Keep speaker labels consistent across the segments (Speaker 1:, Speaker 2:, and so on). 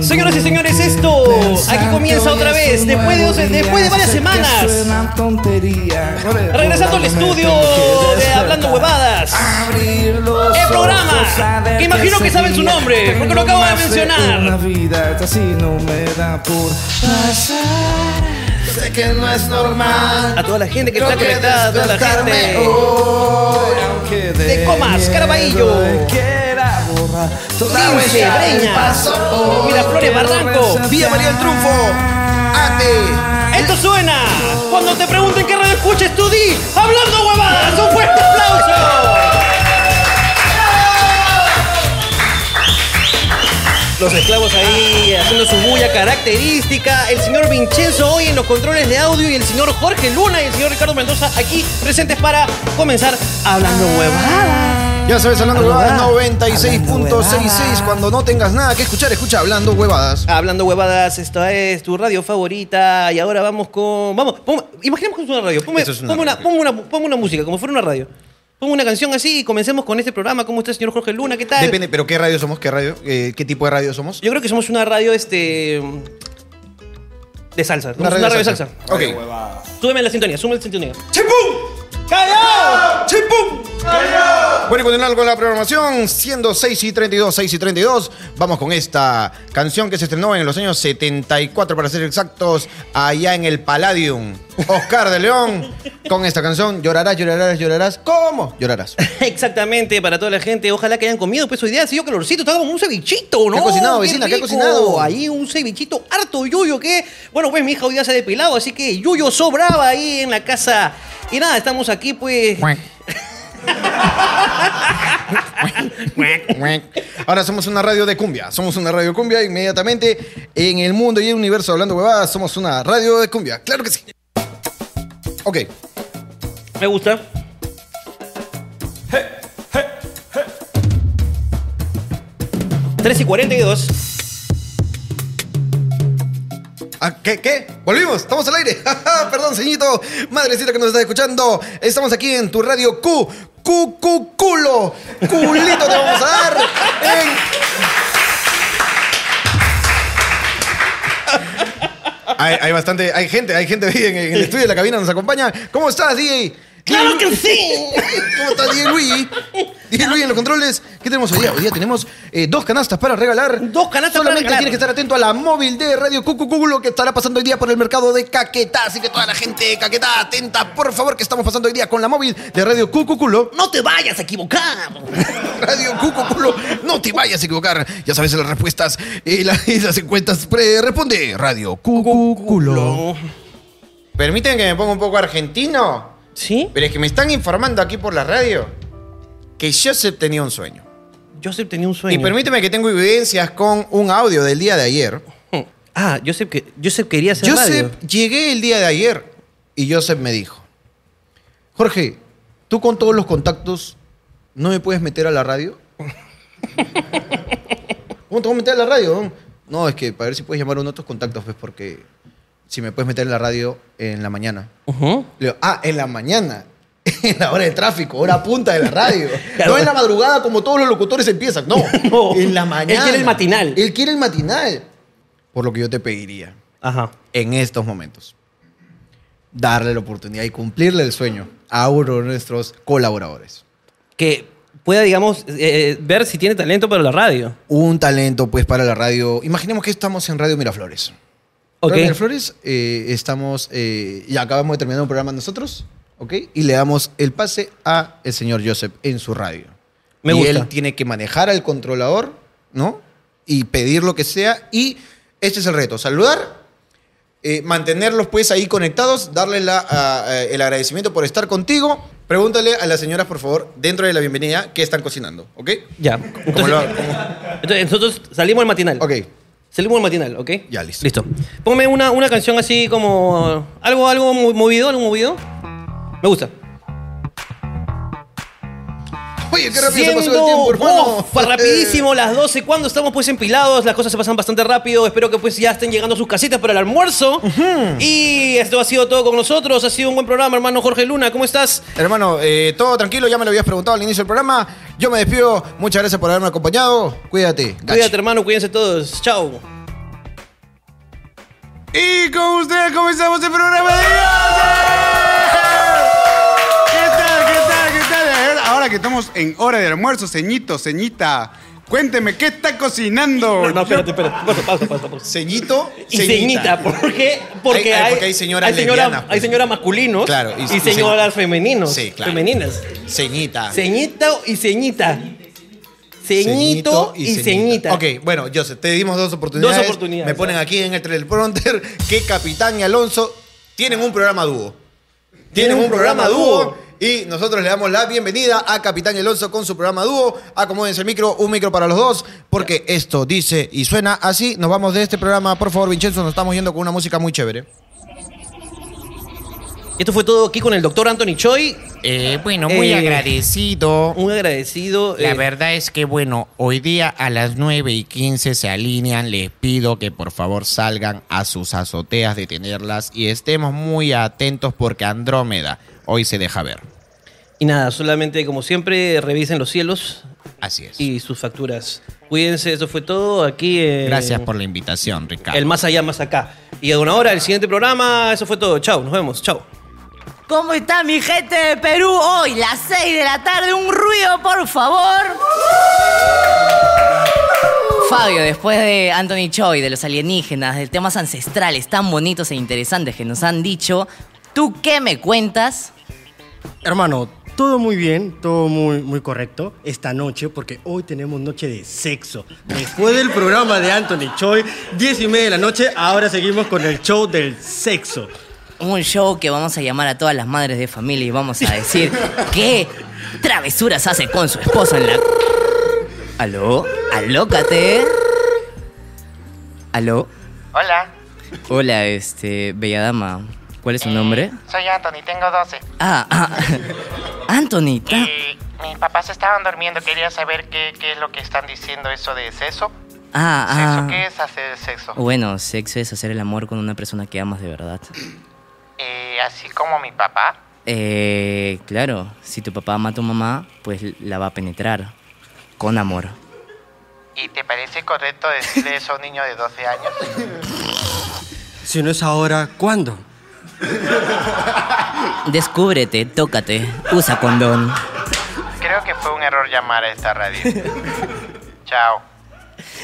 Speaker 1: Señoras y señores, esto aquí comienza otra vez, después de, dos- después de varias semanas, regresando al estudio de Hablando Huevadas.
Speaker 2: El
Speaker 1: El programa, que imagino que saben su nombre, porque lo acabo de mencionar.
Speaker 2: Una vida así no me da por pasar. Sé que no es normal.
Speaker 1: A toda la gente que
Speaker 2: Creo
Speaker 1: está conectada, a toda la
Speaker 2: despertarme
Speaker 1: gente.
Speaker 2: hoy, aunque
Speaker 1: De Comas,
Speaker 2: miedo
Speaker 1: Caraballo.
Speaker 2: Quiera borrar toda
Speaker 1: Lince,
Speaker 2: huella del
Speaker 1: Breña,
Speaker 2: paso. Hoy
Speaker 1: Miraflores,
Speaker 2: quiero
Speaker 1: Barranco,
Speaker 2: resaltar.
Speaker 3: Villa María del Triunfo, Ate.
Speaker 1: Esto suena cuando te pregunten qué radio escuches, tú di Hablando Huevadas. Un fuerte aplauso. Los esclavos ahí haciendo su bulla característica. El señor Vincenzo hoy en los controles de audio y el señor Jorge Luna y el señor Ricardo Mendoza aquí presentes para comenzar hablando huevadas.
Speaker 3: Ya sabes, hablando huevadas
Speaker 1: Hablando
Speaker 3: 96.66. Cuando no tengas nada que escuchar, escucha hablando huevadas.
Speaker 1: Hablando huevadas, esta es tu radio favorita y ahora vamos con... Vamos, pon- imaginemos que es una radio. Ponme,
Speaker 3: Eso es una
Speaker 1: ponme una,
Speaker 3: radio.
Speaker 1: ponme una- ponme una música, como fuera una radio. Ponme una canción así y comencemos con este programa. ¿Cómo está, señor Jorge Luna? ¿Qué tal?
Speaker 3: Depende, pero ¿qué radio somos? ¿Qué radio? Eh, ¿Qué tipo de radio somos?
Speaker 1: Yo creo que somos una radio, este... De salsa. Somos Una radio, de salsa.
Speaker 3: Ok.
Speaker 1: Súbeme la sintonía, súbeme la sintonía. ¡Chimpum! ¡Callao! ¡Chimpum!
Speaker 3: Bueno, y continuando con la programación, siendo 6 y 32, 6 y 32, vamos con esta canción que se estrenó en los años 74, para ser exactos, allá en el Palladium. Oscar de León, con esta canción, llorarás, llorarás, llorarás. ¿Cómo? Llorarás.
Speaker 1: Exactamente, para toda la gente. Ojalá que hayan comido. Pues hoy día ha sido calorcito. Estaba como un cevichito, ¿no?
Speaker 3: ¿Qué ha cocinado, vecina? ¿Qué ha
Speaker 1: rico!
Speaker 3: cocinado?
Speaker 1: Ahí un cevichito harto yuyo que... Bueno, pues mi hija hoy día se ha depilado, así que yuyo sobraba ahí en la casa. Y nada, estamos aquí pues...
Speaker 3: Ahora somos una radio de cumbia. Somos una radio cumbia inmediatamente en el mundo y el universo hablando huevadas. Somos una radio de cumbia. Claro que sí. Ok.
Speaker 1: Me gusta. Tres y 42.
Speaker 3: Ah, ¿Qué? ¿Qué? ¿Volvimos? ¿Estamos al aire? Perdón, ceñito. Madrecita que nos está escuchando. Estamos aquí en tu radio Q. Q, Q, culo. Culito te vamos a dar. en- Hay, hay bastante, hay gente, hay gente ahí en, en el estudio de la cabina, nos acompaña. ¿Cómo estás, DJ?
Speaker 1: ¡Claro que sí!
Speaker 3: ¿Cómo estás, DJ Luigi? DJ Luigi en los controles. ¿Qué tenemos hoy día? Hoy día tenemos eh, dos canastas para regalar.
Speaker 1: Dos canastas para
Speaker 3: Solamente
Speaker 1: regalar.
Speaker 3: tienes que estar atento a la móvil de Radio Cucu lo que estará pasando hoy día por el mercado de Caquetá. Así que toda la gente de Caquetá, atenta, por favor, que estamos pasando hoy día con la móvil de Radio Cucuculo.
Speaker 1: ¡No te vayas a equivocar!
Speaker 3: Radio Cucuculo, no te vayas a equivocar. Ya sabes las respuestas y, la- y las encuestas. Pre- responde Radio Cucuculo. Permiten que me ponga un poco argentino.
Speaker 1: ¿Sí?
Speaker 3: Pero es que me están informando aquí por la radio que Joseph tenía un sueño.
Speaker 1: Joseph tenía un sueño.
Speaker 3: Y permíteme que tengo evidencias con un audio del día de ayer.
Speaker 1: Ah, Joseph, que, Joseph quería hacer radio.
Speaker 3: Joseph, llegué el día de ayer y Joseph me dijo, Jorge, tú con todos los contactos, ¿no me puedes meter a la radio? ¿Cómo te voy a meter a la radio? don? No, es que para ver si puedes llamar a uno de tus contactos, pues porque si me puedes meter en la radio en la mañana.
Speaker 1: Ujú.
Speaker 3: Le digo, ah, en la mañana. En la hora de tráfico, hora punta de la radio.
Speaker 1: Claro.
Speaker 3: No en la madrugada como todos los locutores empiezan. No,
Speaker 1: No.
Speaker 3: en la mañana.
Speaker 1: Él quiere el matinal.
Speaker 3: Él quiere el matinal. Por lo que yo te pediría,
Speaker 1: Ajá.
Speaker 3: en estos momentos, darle la oportunidad y cumplirle el sueño a uno de nuestros colaboradores.
Speaker 1: que pueda, digamos, eh, eh, ver si tiene talento para la radio.
Speaker 3: Un talento, pues, para la radio. Imaginemos que estamos en Radio Miraflores.
Speaker 1: Ok.
Speaker 3: Radio Miraflores, eh, estamos eh, y acabamos de terminar un programa nosotros, ¿ok? Y le damos el pase a el señor Joseph en su radio.
Speaker 1: Me
Speaker 3: y
Speaker 1: gusta.
Speaker 3: él tiene que manejar al controlador, ¿no? Y pedir lo que sea. Y este es el reto, saludar, eh, mantenerlos pues ahí conectados, darle la, a- a- el agradecimiento por estar contigo. Pregúntale a las señoras, por favor, dentro de la bienvenida, qué están cocinando, ¿ok?
Speaker 1: Ya. Entonces,
Speaker 3: lo- como-
Speaker 1: entonces nosotros salimos al matinal.
Speaker 3: Ok,
Speaker 1: Salimos al matinal, ¿ok?
Speaker 3: Ya, listo.
Speaker 1: Listo. Ponme una, una canción así como... Algo, algo mo- movido, algo movido. Me gusta.
Speaker 3: Oye, qué rápido se
Speaker 1: Siendo,
Speaker 3: pasó el tiempo, hermano.
Speaker 1: uf, rapidísimo las 12. Cuando estamos pues empilados, las cosas se pasan bastante rápido. Espero que pues ya estén llegando a sus casitas para el almuerzo. Y esto ha sido todo con nosotros. Ha sido un buen programa, hermano Jorge Luna. ¿Cómo estás?
Speaker 3: Hermano, eh, todo tranquilo, ya me lo habías preguntado al inicio del programa. Yo me despido, muchas gracias por haberme acompañado. Cuídate. gachi.
Speaker 1: Cuídate, hermano. Cuídense todos. Chao.
Speaker 4: Y con ustedes comenzamos el programa de hoy. ¿Qué tal, qué tal, qué tal? Ahora que estamos en hora de almuerzo, ceñito, ceñita, cuénteme, ¿qué está cocinando?
Speaker 1: No, no, espérate, espérate. Pausa, pausa, pausa, pausa.
Speaker 3: Ceñito,
Speaker 1: Y ceñita, ¿por qué? Porque
Speaker 3: Hay- hay-
Speaker 1: hay,
Speaker 3: porque hay señoras
Speaker 1: hay señora-
Speaker 3: lesbianas, pues.
Speaker 1: hay señoras masculinos
Speaker 3: Claro, y-
Speaker 1: y,
Speaker 3: y
Speaker 1: señoras
Speaker 3: señor-
Speaker 1: femeninos,
Speaker 3: Sí, claro.
Speaker 1: femeninas.
Speaker 3: Ceñita.
Speaker 1: Ceñita y ceñita. Ceñito y ceñita.
Speaker 3: Ok, bueno, Joseph, te dimos dos oportunidades.
Speaker 1: Dos oportunidades,
Speaker 3: Me ponen
Speaker 1: ¿sabes?
Speaker 3: aquí en el teleprompter que Capitán y Alonso tienen un programa dúo. Tienen un programa dúo. Y nosotros le damos la bienvenida a Capitán y Alonso con su programa dúo. Acomódense el micro, un micro para los dos, porque esto dice y suena así. Nos vamos de este programa. Por favor, Vincenzo, nos estamos yendo con una música muy chévere.
Speaker 1: Esto fue todo aquí con el doctor Anthony Choi.
Speaker 5: Eh, bueno, muy
Speaker 1: Eh,
Speaker 5: agradecido.
Speaker 1: Un agradecido.
Speaker 5: La
Speaker 1: eh,
Speaker 5: verdad es que, bueno, hoy día a las 9 y 15 se alinean. Les pido que por favor salgan a sus azoteas de tenerlas y estemos muy atentos porque Andrómeda hoy se deja ver.
Speaker 1: Y nada, solamente como siempre, revisen los cielos
Speaker 5: Así es.
Speaker 1: y sus facturas. Cuídense, eso fue todo aquí. en
Speaker 5: Gracias por la invitación, Ricardo.
Speaker 1: El más allá, más acá. Y a una hora, el siguiente programa. Eso fue todo. Chao, nos vemos. Chao.
Speaker 6: ¿Cómo está mi gente de Perú hoy? Las 6 de la tarde, un ruido, por favor. Fabio, después de Anthony Choi, de los alienígenas, de temas ancestrales tan bonitos e interesantes que nos han dicho, ¿tú qué me cuentas?
Speaker 7: Hermano, todo muy bien, todo muy, muy correcto esta noche, porque hoy tenemos noche de sexo. Después del programa de Anthony Choi, 10 y media de la noche, ahora seguimos con el show del sexo.
Speaker 6: Un show que vamos a llamar a todas las madres de familia y vamos a decir qué travesuras hace con su esposa en la. ¿Aló? ¿Alócate? ¿Aló?
Speaker 8: Hola,
Speaker 6: Hola, este, bella dama. ¿Cuál es su nombre?
Speaker 8: Eh,
Speaker 9: Eh.
Speaker 8: soy Anthony, tengo 12.
Speaker 6: Ah, ah, Anthony. ta-
Speaker 9: Eh,
Speaker 8: Y mis papás estaban durmiendo, quería saber qué, qué es lo que están diciendo eso de sexo.
Speaker 6: Ah,
Speaker 8: ¿Sexo qué
Speaker 6: ah.
Speaker 8: es hacer sexo?
Speaker 6: Bueno, sexo es hacer el amor con una persona que amas de verdad.
Speaker 8: Eh, así como mi papá.
Speaker 6: Eh, claro, si tu papá ama a tu mamá, pues la va a penetrar. Con amor.
Speaker 8: ¿Y te parece correcto decirle eso a un niño de 12 años?
Speaker 7: Si no es ahora, ¿cuándo?
Speaker 6: Descúbrete, tócate, usa condón.
Speaker 8: Creo que fue un error llamar a esta radio. Chao.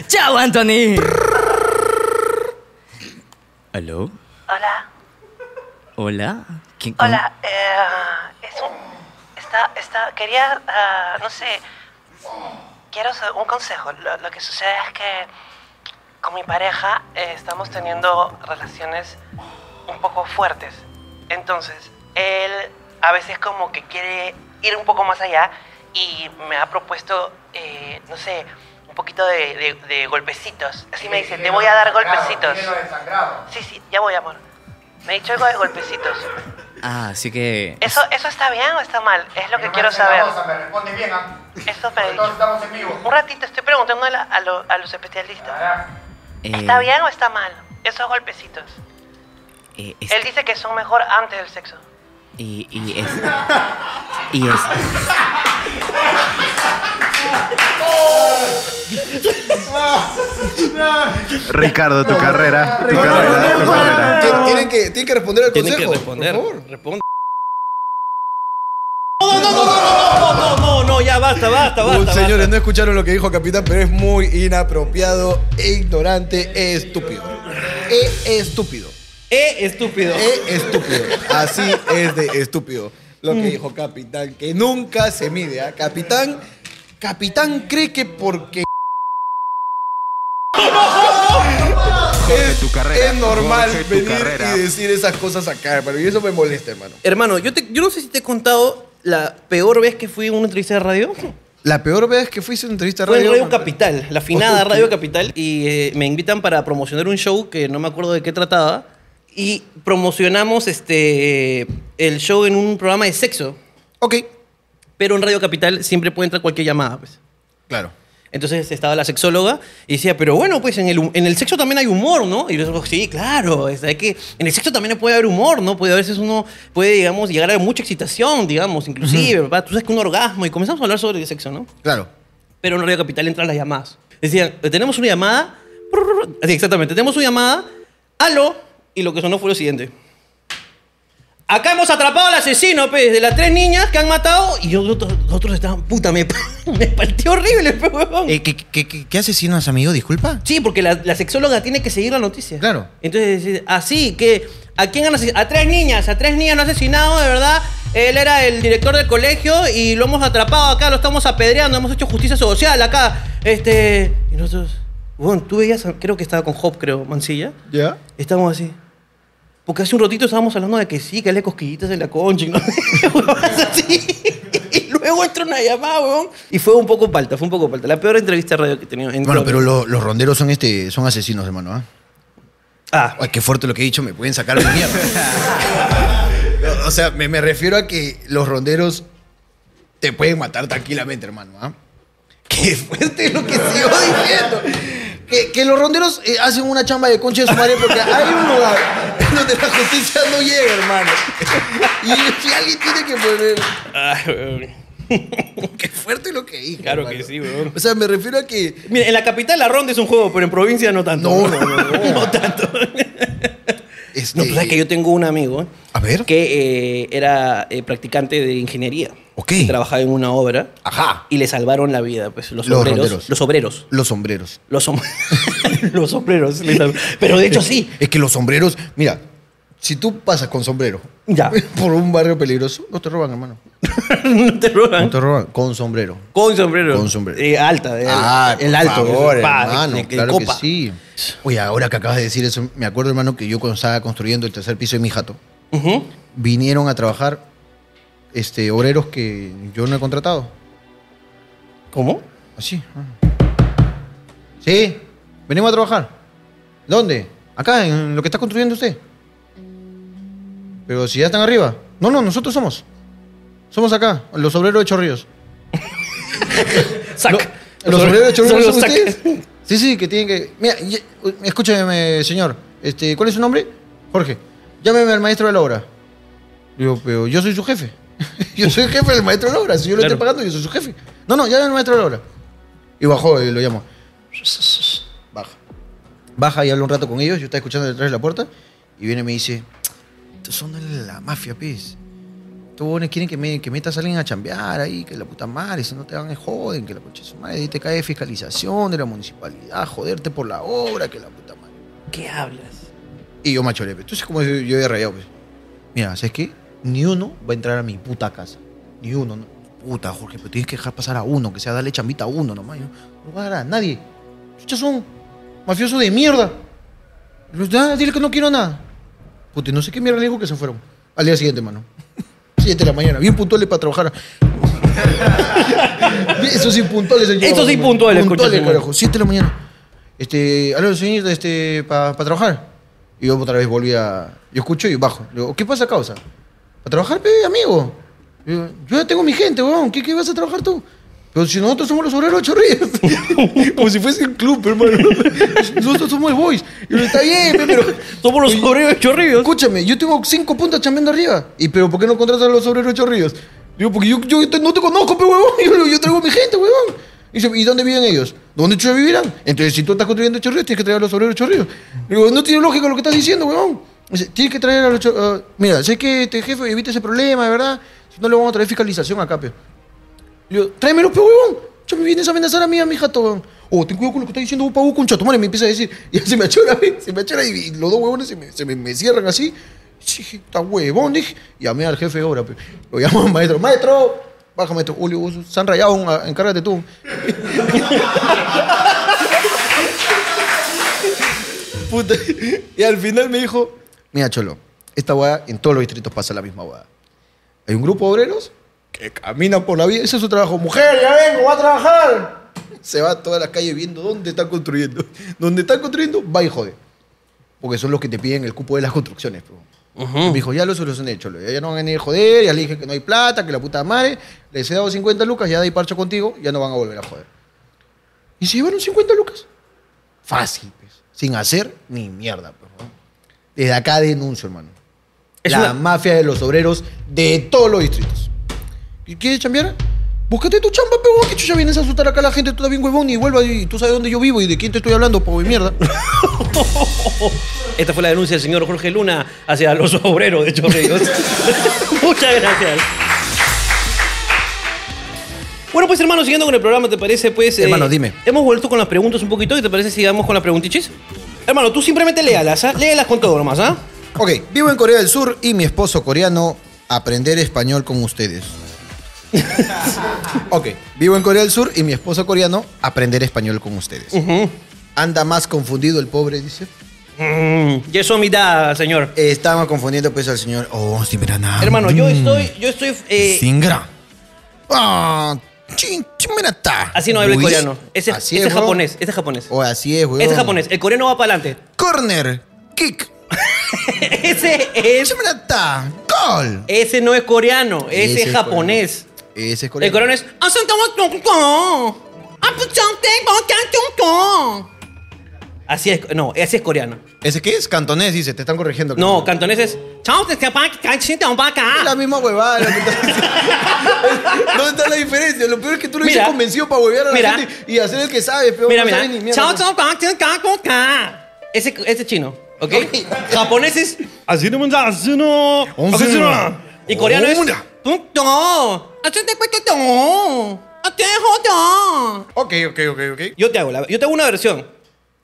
Speaker 6: ¡Chao, Anthony! ¿Aló?
Speaker 9: Hola,
Speaker 6: ¿Hola? ¿Quién- cómo?
Speaker 9: hola. eh, es un- está, está, quería, ah, no sé, quiero sa- un consejo. Lo, lo que sucede es que con mi pareja eh, estamos teniendo relaciones un poco fuertes. Entonces, él a veces como que quiere ir un poco más allá y me ha propuesto, eh, no sé, un poquito de, de- de golpecitos. Así me dice, te voy a dar golpecitos. Sí, sí, ya voy, amor. Me ha dicho algo de golpecitos.
Speaker 6: Ah, así que...
Speaker 9: ¿Eso, ¿Eso está bien o está mal? Es lo que quiero saber.
Speaker 8: me responde bien, ¿ah?
Speaker 9: Eso me ha dicho.
Speaker 8: en vivo.
Speaker 9: Un ratito, estoy preguntando a, la- a lo- a los especialistas.
Speaker 6: eh,
Speaker 9: ¿Está bien o está mal? Esos golpecitos.
Speaker 6: eh, es-
Speaker 9: Él dice que son mejor antes del sexo.
Speaker 6: Y, y es. Y es.
Speaker 10: Ricardo, tu carrera. Tu carrera, tu carrera.
Speaker 3: Tien- Tienen que, tienen que responder al
Speaker 1: Tienen que
Speaker 3: consejo.
Speaker 1: responder.
Speaker 3: por favor.
Speaker 1: Responde. No, no, no, no, no, no, no, no, ya basta, basta, basta.
Speaker 10: Uh,
Speaker 1: basta.
Speaker 10: señores, no escucharon lo que dijo Capitán, pero es muy inapropiado, e ignorante, e estúpido. E estúpido.
Speaker 1: Eh, estúpido.
Speaker 10: E estúpido. Así es de estúpido lo que dijo Capitán, que nunca se mide. ¿ah? Capitán, Capitán cree que porque. Es,
Speaker 11: tu carrera,
Speaker 10: es normal
Speaker 11: Jorge, tu
Speaker 10: venir
Speaker 11: carrera.
Speaker 10: y decir esas cosas acá, hermano. Y eso me molesta, hermano.
Speaker 1: Hermano, yo, te- yo no sé si te he contado la peor vez que fui a una entrevista de radio.
Speaker 10: La peor vez que fuiste a una entrevista
Speaker 1: Fue en Radio
Speaker 10: hermano.
Speaker 1: Capital, la afinada Radio Capital. Y eh, me invitan para promocionar un show que no me acuerdo de qué trataba. Y promocionamos este, el show en un programa de sexo.
Speaker 10: Ok.
Speaker 1: pero en Radio Capital siempre puede entrar cualquier llamada. Pues.
Speaker 5: Claro.
Speaker 1: Entonces estaba la sexóloga y decía, pero bueno, pues en el, hum- en el sexo también hay humor, ¿no? Y yo digo, sí, claro, es, hay que, en el sexo también puede haber humor, ¿no? Puede, a veces uno puede, digamos, llegar a mucha excitación, digamos, inclusive, ¿verdad? Tú sabes que un orgasmo y comenzamos a hablar sobre el sexo, ¿no?
Speaker 5: Claro.
Speaker 1: pero en Radio Capital entran las llamadas. Decían, tenemos una llamada. prrr, así, exactamente, tenemos una llamada. ¡Aló! Y lo que sonó fue lo siguiente. Acá hemos atrapado al asesino, pues, de las tres niñas que han matado. Y yo- nosotros, nosotros estaban, puta, me, me partió horrible, pues, huevón.
Speaker 12: Eh, ¿qué, qué, qué, qué asesinos, amigo? Disculpa.
Speaker 1: Sí, porque la, la sexóloga tiene que seguir la noticia.
Speaker 12: Claro.
Speaker 1: Entonces, dice, así que, ¿a quién han asesinado? A tres niñas, a tres niñas lo han asesinado, de verdad. Él era el director del colegio y lo hemos atrapado acá, lo estamos apedreando, hemos hecho justicia social acá. Este. Y nosotros. Bueno, tú veías, creo que estaba con Hop, creo, Mancilla.
Speaker 3: ¿Ya?
Speaker 1: Estábamos así. Porque hace un ratito estábamos hablando de que sí, que le cosquillitas en la concha. y ¿no? Huevadas así. Y luego entra una llamada, weón. Y fue un poco palta, fue un poco palta. La peor entrevista de radio que he tenido. en
Speaker 5: Bueno,
Speaker 1: todo.
Speaker 5: pero lo- los ronderos son este, son asesinos, hermano. ¿ah?
Speaker 1: Ah,
Speaker 5: Ay, qué fuerte lo que he dicho, me pueden sacar de mierda. o sea, me, me refiero a que los ronderos te pueden matar tranquilamente, hermano. ¿ah? Qué fuerte lo que sigo diciendo. Que, que los ronderos eh, hacen una chamba de concha de su madre porque hay un lugar donde la justicia no llega, hermano. Y si alguien tiene que poner.
Speaker 1: ay, weón.
Speaker 5: Qué fuerte lo que dije.
Speaker 1: Claro
Speaker 5: hermano.
Speaker 1: que sí, weón.
Speaker 5: O sea, me refiero a que
Speaker 1: Mira, en la capital la ronda es un juego, pero en provincia no tanto.
Speaker 5: No, no, no, no.
Speaker 1: tanto.
Speaker 5: Este-
Speaker 1: No, pues es que yo tengo un amigo
Speaker 5: A ver.
Speaker 1: que eh, era eh, practicante de ingeniería.
Speaker 5: Ok.
Speaker 1: Que trabajaba en una obra
Speaker 5: Ajá.
Speaker 1: y le salvaron la vida, pues, los,
Speaker 5: Los
Speaker 1: obreros.
Speaker 5: ronderos.
Speaker 1: Los obreros.
Speaker 5: Los sombreros.
Speaker 1: Los, som- los obreros. le sal- Pero de hecho sí.
Speaker 5: Es que los sombreros, mira, si tú pasas con sombrero
Speaker 1: Ya.
Speaker 5: por un barrio peligroso, no te roban, hermano.
Speaker 1: no te roban.
Speaker 5: No te roban con sombrero.
Speaker 1: Con sombrero.
Speaker 5: Con sombrero.
Speaker 1: Eh, alta. de-
Speaker 5: Ah,
Speaker 1: el alto.
Speaker 5: Por favor,
Speaker 1: de- pa, de-
Speaker 5: hermano,
Speaker 1: de- de
Speaker 5: claro
Speaker 1: copa.
Speaker 5: que sí. Oye, ahora que acabas de decir eso, me acuerdo, hermano, que yo cuando estaba construyendo el tercer piso de mi jato,
Speaker 1: Ujú.
Speaker 5: vinieron a trabajar este, obreros que yo no he contratado.
Speaker 1: ¿Cómo?
Speaker 5: Así. ah. Sí, venimos a trabajar. ¿Dónde? Acá, en lo que está construyendo usted. Pero si ya están arriba. No, no, nosotros somos. Somos acá, los obreros de Chorrillos.
Speaker 1: Sac.
Speaker 5: Los, obreros de Chorrillos
Speaker 1: Son los
Speaker 5: son
Speaker 1: sac.
Speaker 5: ustedes. Sí, sí, que tienen que. Mira, ya- escúcheme, señor. Este, ¿Cuál es su nombre? Jorge. Llámeme al maestro de la obra. Digo, pero yo soy su jefe. yo soy el jefe del maestro de la obra. Si yo lo
Speaker 1: Claro.
Speaker 5: estoy pagando, yo soy su jefe. No, no, llámeme al maestro de la obra. Y bajó y lo llamo. Baja. Baja y habla un rato con ellos. Yo estaba escuchando detrás de la puerta. Y viene y me dice: Estos son de la mafia, pez. Estos huevones quieren que, me, que metas a alguien a chambear ahí, que la puta madre, si no te van, joden, que la puta su madre, ahí te cae fiscalización de la municipalidad, joderte por la obra, que la puta madre.
Speaker 1: ¿Qué hablas?
Speaker 5: Y yo macho lepe. Entonces, como yo, yo había rayado, pues. Mira, ¿sabes qué? Ni uno va a entrar a mi puta casa. Ni uno. no. Puta, Jorge, pero tienes que dejar pasar a uno, que sea darle chambita a uno nomás. Yo, no va a dar a nadie. Chucha, son mafiosos de mierda. Los da, dile que no quiero nada. Puta, y no sé qué mierda le dijo que se fueron. Al día siguiente, mano. Siete de la mañana, bien puntuales para trabajar. Esos impuntuales. han llegado,
Speaker 1: Esos
Speaker 5: mano.
Speaker 1: impuntuales,
Speaker 5: Puntuales,
Speaker 1: concha de su madre.
Speaker 5: carajo. Siete de la mañana este, aló, señorita, este, para trabajar. Y yo otra vez volví a. Yo escucho y bajo. Le digo, ¿qué pasa, causa? ¿Para trabajar, pe, amigo? Le digo, yo ya tengo mi gente, weón. ¿Qué, qué vas a trabajar tú? Pero si nosotros somos los obreros de chorrillos. Como si fuese un club, hermano. nosotros somos el boys. Y yo, está bien, pe, pero.
Speaker 1: Somos los obreros de Chorrillos.
Speaker 5: Escúchame, yo tengo cinco puntas chambeando arriba. ¿Y pero por qué no contratas a los obreros de Chorrillos? Digo, porque yo, yo te- no te conozco, pe huevón. Yo, yo traigo a mi gente, huevón. Y dice, ¿y dónde viven ellos? ¿Dónde chucha vivirán? Entonces, si tú estás construyendo Chorrillos, tienes que traer a los obreros de Chorrillos. Digo, no tiene lógica lo que estás diciendo, huevón. Dice, tienes que traer a los... chor- ah, mira, sé que este jefe evita ese problema, de verdad. Si no, le vamos a traer fiscalización acá, pe. Le digo, tráemelo, pe huevón. Ya me vienes a amenazar a mí, a mi jato, weón. Oh, ten cuidado con lo que está diciendo Upa Upa, concha tu madre. Me empieza a decir, y se me achora, ve, se me achora, y, y los dos huevones se me, se me, me cierran así. Sí, dije, está huevón, dije. Llamé al jefe de obra, pe. Lo llamo al maestro, maestro. Baja, maestro. Julio, vos se han rayado, un- ah, encárgate tú.
Speaker 3: Puta. Y al final me dijo,
Speaker 5: Mira, Cholo, esta hueá en todos los distritos pasa la misma hueá. Hay un grupo de obreros que caminan por la vida, ese es su trabajo. Mujer, ya vengo, voy a trabajar. Se va a todas las calles viendo dónde están construyendo. Dónde están construyendo, va y jode. Porque son los que te piden el cupo de las construcciones. Pero. Me dijo, ya lo solucioné, cholo. Ya, ya no van a venir a joder. Ya le dije que no hay plata, que la puta madre. Les he dado 50 lucas, ya de ahí parcho contigo. Ya no van a volver a joder. Y se llevaron 50 lucas. Fácil, pues. Sin hacer ni mierda, pues. ¿no? Desde acá denuncio, hermano.
Speaker 1: Es
Speaker 5: la
Speaker 1: una-
Speaker 5: mafia de los obreros de todos los distritos. ¿Y quieres chambear? Búscate tu chamba, pero que chucha vienes a asustar acá a la gente, tú también huevón, y vuelva y tú sabes dónde yo vivo y de quién te estoy hablando, pobre mierda.
Speaker 1: Esta fue la denuncia del señor Jorge Luna hacia los obreros de Chorrillos. Muchas gracias. Bueno, pues hermano, siguiendo con el programa, ¿te parece? Pues.
Speaker 5: Hermano, dime.
Speaker 1: Hemos vuelto con las preguntas un poquito y ¿te parece si sigamos con las preguntichis? Hermano, tú simplemente léalas, ¿ah? Léalas con todo nomás, ¿ah?
Speaker 5: Ok, vivo en Corea del Sur y mi esposo coreano, aprender español con ustedes. ok, vivo en Corea del Sur y mi esposo coreano, aprender español con ustedes. Anda más confundido el pobre, dice. Mm.
Speaker 1: Y eso mi da, señor.
Speaker 5: Eh, Estaba confundiendo pues al señor. Oh, sí, mira nada.
Speaker 1: Hermano, yo estoy. Yo estoy. eh,
Speaker 13: Singra.
Speaker 5: Ah, chin, chin, mira, ta.
Speaker 1: así no habla el
Speaker 5: Luis.
Speaker 1: coreano. Ese,
Speaker 5: Así
Speaker 1: ese es
Speaker 5: weón.
Speaker 1: japonés. Este es japonés.
Speaker 5: Oh, así es, weón.
Speaker 1: Este es japonés. El coreano va para adelante.
Speaker 5: Corner, kick,
Speaker 1: ese es.
Speaker 5: chin, mira, ta, gol.
Speaker 1: Ese no es coreano. Ese, es
Speaker 5: es
Speaker 1: japonés.
Speaker 5: Ese es coreano.
Speaker 1: El coreano es. Ah, pues, Así es, no, así es coreano.
Speaker 3: ¿Ese qué es? Cantonés, dice. Te están corrigiendo.
Speaker 1: No, cantonés es. "Chao, te escapa, cachín, te va
Speaker 5: Es
Speaker 1: acá".
Speaker 5: la misma huevada. la puta- ¿Dónde está la diferencia? Lo peor es que tú lo
Speaker 1: Mira.
Speaker 5: dices convencido para huevear a la
Speaker 1: Mira.
Speaker 5: gente y hacer el que sabe, pero
Speaker 1: Mira,
Speaker 5: no sabe ni
Speaker 1: mira.
Speaker 5: mierda.
Speaker 1: Chao, chao, ca, chin, ca, cu, ca. Ese ese chino, ¿ok? Japonés es. Así no manda, así no. así no. Y coreano es. "Tum, to, así te cuento, to, así es, to".
Speaker 3: Ok, ok, ok, ok.
Speaker 1: "Ah, Yo te hago la- yo te hago una versión.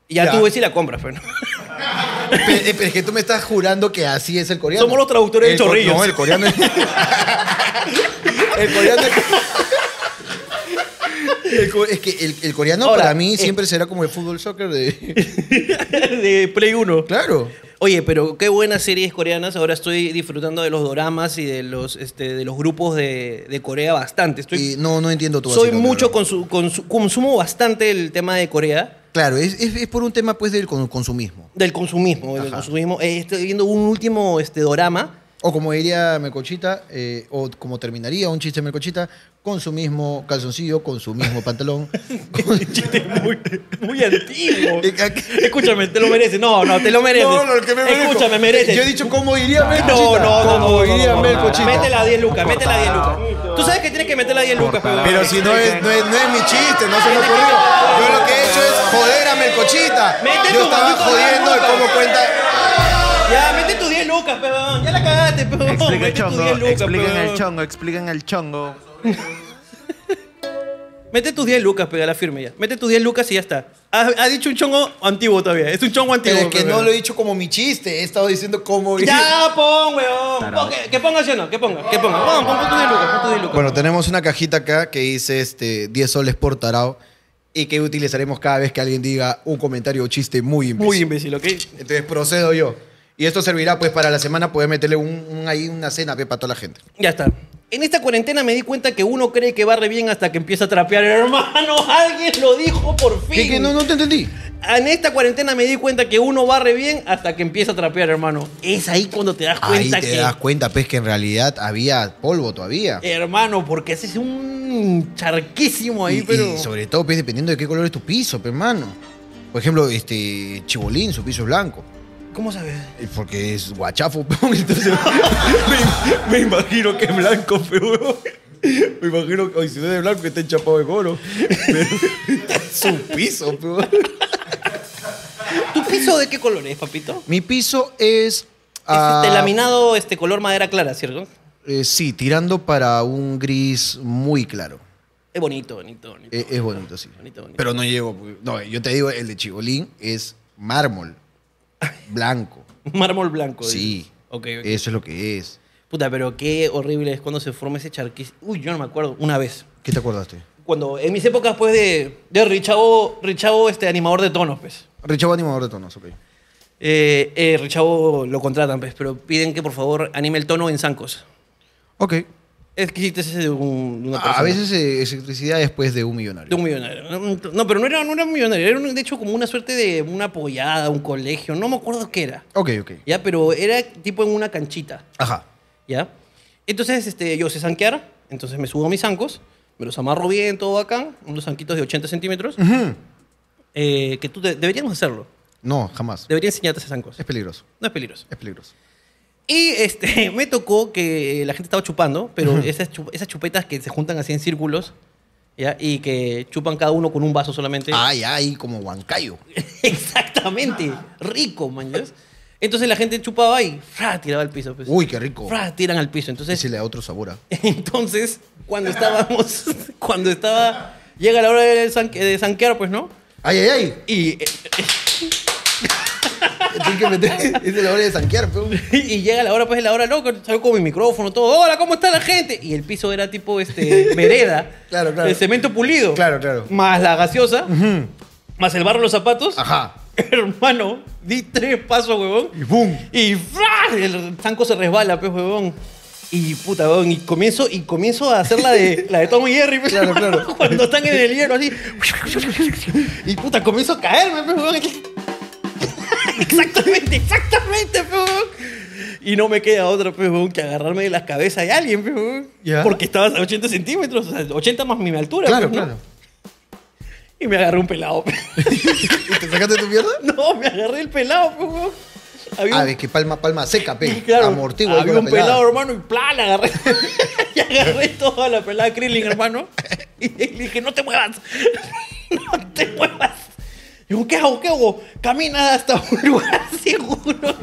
Speaker 1: Y ya,
Speaker 5: Ya.
Speaker 1: tú ves si la compras, pero no.
Speaker 5: Pe- eh, Pero, es que tú me estás jurando que así es el coreano.
Speaker 1: Somos los traductores de
Speaker 5: El co-
Speaker 1: chorrillos.
Speaker 5: No, el coreano es... el coreano es... el co- es que el, el coreano
Speaker 1: Ahora,
Speaker 5: para mí
Speaker 1: eh.
Speaker 5: siempre será como el fútbol soccer de...
Speaker 1: de Play 1.
Speaker 5: Claro.
Speaker 1: Oye, pero qué buenas series coreanas. Ahora estoy disfrutando de los doramas y de los, este, de los grupos de, de Corea bastante. Estoy,
Speaker 5: Y no, no entiendo todo
Speaker 1: soy mucho, consu- consu- consumo bastante el tema de Corea,
Speaker 5: Claro, es, es- es por un tema pues del con- consumismo.
Speaker 1: del consumismo. del consumismo. Eh, estoy viendo un último este, dorama.
Speaker 5: O como diría Melcochita, eh, o como terminaría un chiste de Melcochita, con su mismo calzoncillo, con su mismo pantalón. con-
Speaker 1: Chiste muy, muy antiguo.
Speaker 5: Eh, ac-
Speaker 1: Escúchame, te lo mereces. No, no, te lo mereces.
Speaker 5: No, no, que me merezco.
Speaker 1: Escúchame, mereces.
Speaker 5: Yo he dicho, ¿cómo diría Melcochita?
Speaker 1: No, no, no, no,
Speaker 5: ¿Cómo
Speaker 1: no,
Speaker 5: diría
Speaker 1: no, no, no.
Speaker 5: Melcochita?
Speaker 1: Métela a 10 lucas, métela a 10 lucas. Tú sabes que tienes que meterla a 10 lucas, pero...
Speaker 3: Pero si no es, no es, no es mi chiste, no se me ocurrió. Yo lo que he hecho es joder a Melcochita.
Speaker 1: Mete
Speaker 3: Yo
Speaker 1: tu
Speaker 3: estaba
Speaker 1: maldito
Speaker 3: jodiendo de
Speaker 1: puta.
Speaker 3: cómo cuenta.
Speaker 1: Ya, mete tus 10 lucas, perdón. Ya la cagaste, perdón.
Speaker 14: Explica
Speaker 1: Mete
Speaker 14: el
Speaker 1: tus
Speaker 14: chongo,
Speaker 1: 10 lucas,
Speaker 14: expliquen
Speaker 1: perdón.
Speaker 14: el chongo, expliquen el chongo.
Speaker 1: Mete tus 10 lucas, pega la firme ya. Mete tus 10 lucas y ya está. Ha, ha dicho un chongo antiguo todavía. Es un chongo
Speaker 5: Pero
Speaker 1: antiguo.
Speaker 5: es que
Speaker 1: perdón.
Speaker 5: no lo he dicho como mi chiste, he estado diciendo cómo diría.
Speaker 1: Ya, pon, weón. Pon, que, que ponga, ¿sí o no? Que ponga, que ponga. Pon, pon, pon tus 10 lucas, pon tus 10 lucas.
Speaker 5: Bueno, tenemos una cajita acá que dice este, 10 soles por tarao y que utilizaremos cada vez que alguien diga un comentario o chiste muy imbécil.
Speaker 1: Muy imbécil, ¿ok?
Speaker 5: Entonces procedo yo. Y esto servirá pues para la semana poder meterle un, un- ahí una cena pe, para toda la gente.
Speaker 1: Ya está. En esta cuarentena me di cuenta que uno cree que barre bien hasta que empieza a trapear. Hermano, alguien lo dijo por fin.
Speaker 5: ¿Qué, qué? No, no te entendí.
Speaker 1: En esta cuarentena me di cuenta que uno barre bien hasta que empieza a trapear, hermano. Es ahí cuando te das
Speaker 5: Ahí
Speaker 1: cuenta
Speaker 5: te
Speaker 1: que. Eh,
Speaker 5: das cuenta pues que en realidad había polvo todavía.
Speaker 1: Hermano, porque haces un charquísimo ahí,
Speaker 5: y,
Speaker 1: pero.
Speaker 5: y sobre todo pues dependiendo de qué color es tu piso, pe, hermano. Por ejemplo, este Chibolín, su piso es blanco.
Speaker 1: ¿Cómo sabes?
Speaker 5: Eh, Porque es guachafo, pe, entonces
Speaker 3: Me imagino que es blanco, feo. Me imagino que si no es de blanco está enchapado de oro.
Speaker 5: su piso, pe.
Speaker 1: ¿Tu piso de qué color es, papito?
Speaker 5: Mi piso es.
Speaker 1: es
Speaker 5: ah,
Speaker 1: este laminado este color madera clara, ¿cierto?
Speaker 5: eh, sí, tirando para un gris muy claro.
Speaker 1: Es bonito, bonito, bonito.
Speaker 5: E- Es, bonito, sí.
Speaker 1: Bonito, bonito.
Speaker 5: Pero no llego. pues. No, yo te digo, el de Chibolín es mármol. Blanco.
Speaker 1: Mármol blanco.
Speaker 5: Sí. Eh.
Speaker 1: dices. Ok, ok.
Speaker 5: Eso es lo que es.
Speaker 1: Puta, pero qué horrible es cuando se forma ese charquísimo. Uy, yo no me acuerdo. Una vez.
Speaker 5: ¿Qué te acordaste?
Speaker 1: Cuando, en mis épocas, pues, de, de Richavo, Richavo, este animador de tonos, pues.
Speaker 5: Richavo animador de tonos, ok.
Speaker 1: Eh, eh, Richavo lo contratan, pues, pero piden que por favor anime el tono en zancos.
Speaker 5: Ok.
Speaker 1: Exquisites de, un- de una persona.
Speaker 3: A veces eh, excentricidad
Speaker 5: pues,
Speaker 3: después de un millonario.
Speaker 1: De un millonario. No, pero no era, no era un millonario. Era, un- de hecho, como una suerte de una apoyada, un colegio. No me acuerdo qué era.
Speaker 3: Ok, ok.
Speaker 1: Ya, pero era tipo en una canchita.
Speaker 3: Ajá.
Speaker 1: ¿Ya? Entonces, este, yo sé zanquear, entonces me subo a mis zancos, me los amarro bien, todo bacán, unos zanquitos de 80 centímetros. Eh, que tú de- deberíamos hacerlo.
Speaker 3: No, jamás.
Speaker 1: Debería enseñarte a hacer zancos.
Speaker 3: Es peligroso.
Speaker 1: No es peligroso.
Speaker 3: Es peligroso.
Speaker 1: Y este, me tocó que la gente estaba chupando, pero esas, chu- esas chupetas que se juntan así en círculos, ¿ya? Y que chupan cada uno con un vaso solamente.
Speaker 3: Ay, ay, Ah, como huancayo.
Speaker 1: Exactamente. Rico, man. ¿ya ves? Entonces la gente chupaba y fra, tiraba al piso. pues.
Speaker 3: Uy, qué rico.
Speaker 1: Fra, tiran al piso. Entonces
Speaker 3: Ese le da otro sabor. ah.
Speaker 1: Entonces, cuando estábamos, cuando estaba, llega la hora de, san- de sanquear, pues, ¿no?
Speaker 3: Ay, ay, ay.
Speaker 1: Y, eh,
Speaker 3: Tienes que meter. Es de la hora de sanquear, pero.
Speaker 1: y llega la hora, pues, la hora loca, salgo con mi micrófono, todo, hola, ¿cómo está la gente? Y el piso era tipo, este, vereda.
Speaker 3: Claro, claro.
Speaker 1: De cemento pulido.
Speaker 3: Claro, claro.
Speaker 1: Más la gaseosa, más el barro de los zapatos.
Speaker 3: Ajá.
Speaker 1: Hermano, di tres pasos, huevón.
Speaker 3: Y boom.
Speaker 1: Y ¡fra! el tanco se resbala, pues, huevón. Y puta, huevón, y comienzo, y comienzo a hacer la de, la de Tom y Jerry, pues,
Speaker 3: Claro, claro.
Speaker 1: Cuando están en el hielo, así. Y puta, comienzo a caerme, pues, huevón. Exactamente, exactamente, pues, huevón. Y no me queda otra, pues, huevón, que agarrarme de las cabezas de alguien, pues, huevón.
Speaker 3: Ya.
Speaker 1: Porque estabas a 80 centímetros, o sea, 80 más mi altura,
Speaker 3: Claro,
Speaker 1: pues, ¿no?
Speaker 3: claro.
Speaker 1: Y me agarré un pelado, pues.
Speaker 3: ¿Y te sacaste tu mierda?
Speaker 1: No, me agarré el pelado, pues, huevón. Había un
Speaker 3: Ah, ves que palma, palma seca, pe.
Speaker 1: Claro,
Speaker 3: Amortigua. ahí
Speaker 1: había
Speaker 3: con
Speaker 1: un
Speaker 3: la pelada.
Speaker 1: pelado, hermano, y ¡plá! la agarré. y agarré toda la pelada Krillin, hermano. Y le dije, no te muevas. no te muevas. Y digo, ¿qué hago? ¿Qué hago? Camina hasta un lugar seguro.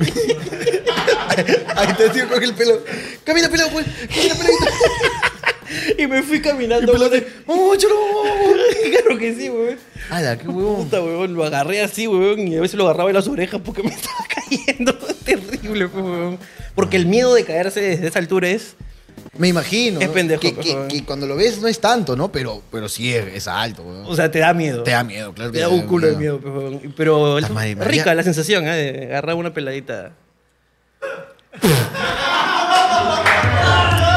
Speaker 3: Ahí te tío coge el pelo. Camina, pelado, pues. Camina, peladito.
Speaker 1: y me fui
Speaker 3: Y
Speaker 1: caminando.
Speaker 3: pelado.
Speaker 1: güey.
Speaker 3: te- Vamos, chulo, vamos, vamos.
Speaker 1: claro que sí, weón.
Speaker 3: Ala, qué huevón.
Speaker 1: Puta, weón, lo agarré así, weón, y a veces lo agarraba en las orejas porque me estaba cayendo. Terrible, pues, weón. Porque el miedo de caerse desde esa altura es...
Speaker 3: Me imagino.
Speaker 1: Es
Speaker 3: ¿no?
Speaker 1: pendejo,
Speaker 3: Que,
Speaker 1: pues,
Speaker 3: que-
Speaker 1: joven.
Speaker 3: que cuando lo ves no es tanto, ¿no? Pero, pero sí es, es alto, weón.
Speaker 1: O sea, te da miedo.
Speaker 3: Te da miedo, claro. que
Speaker 1: Te da un culo de miedo, pero, pero
Speaker 3: Puta madre, María.
Speaker 1: rica la sensación, ¿eh? De agarrar una peladita.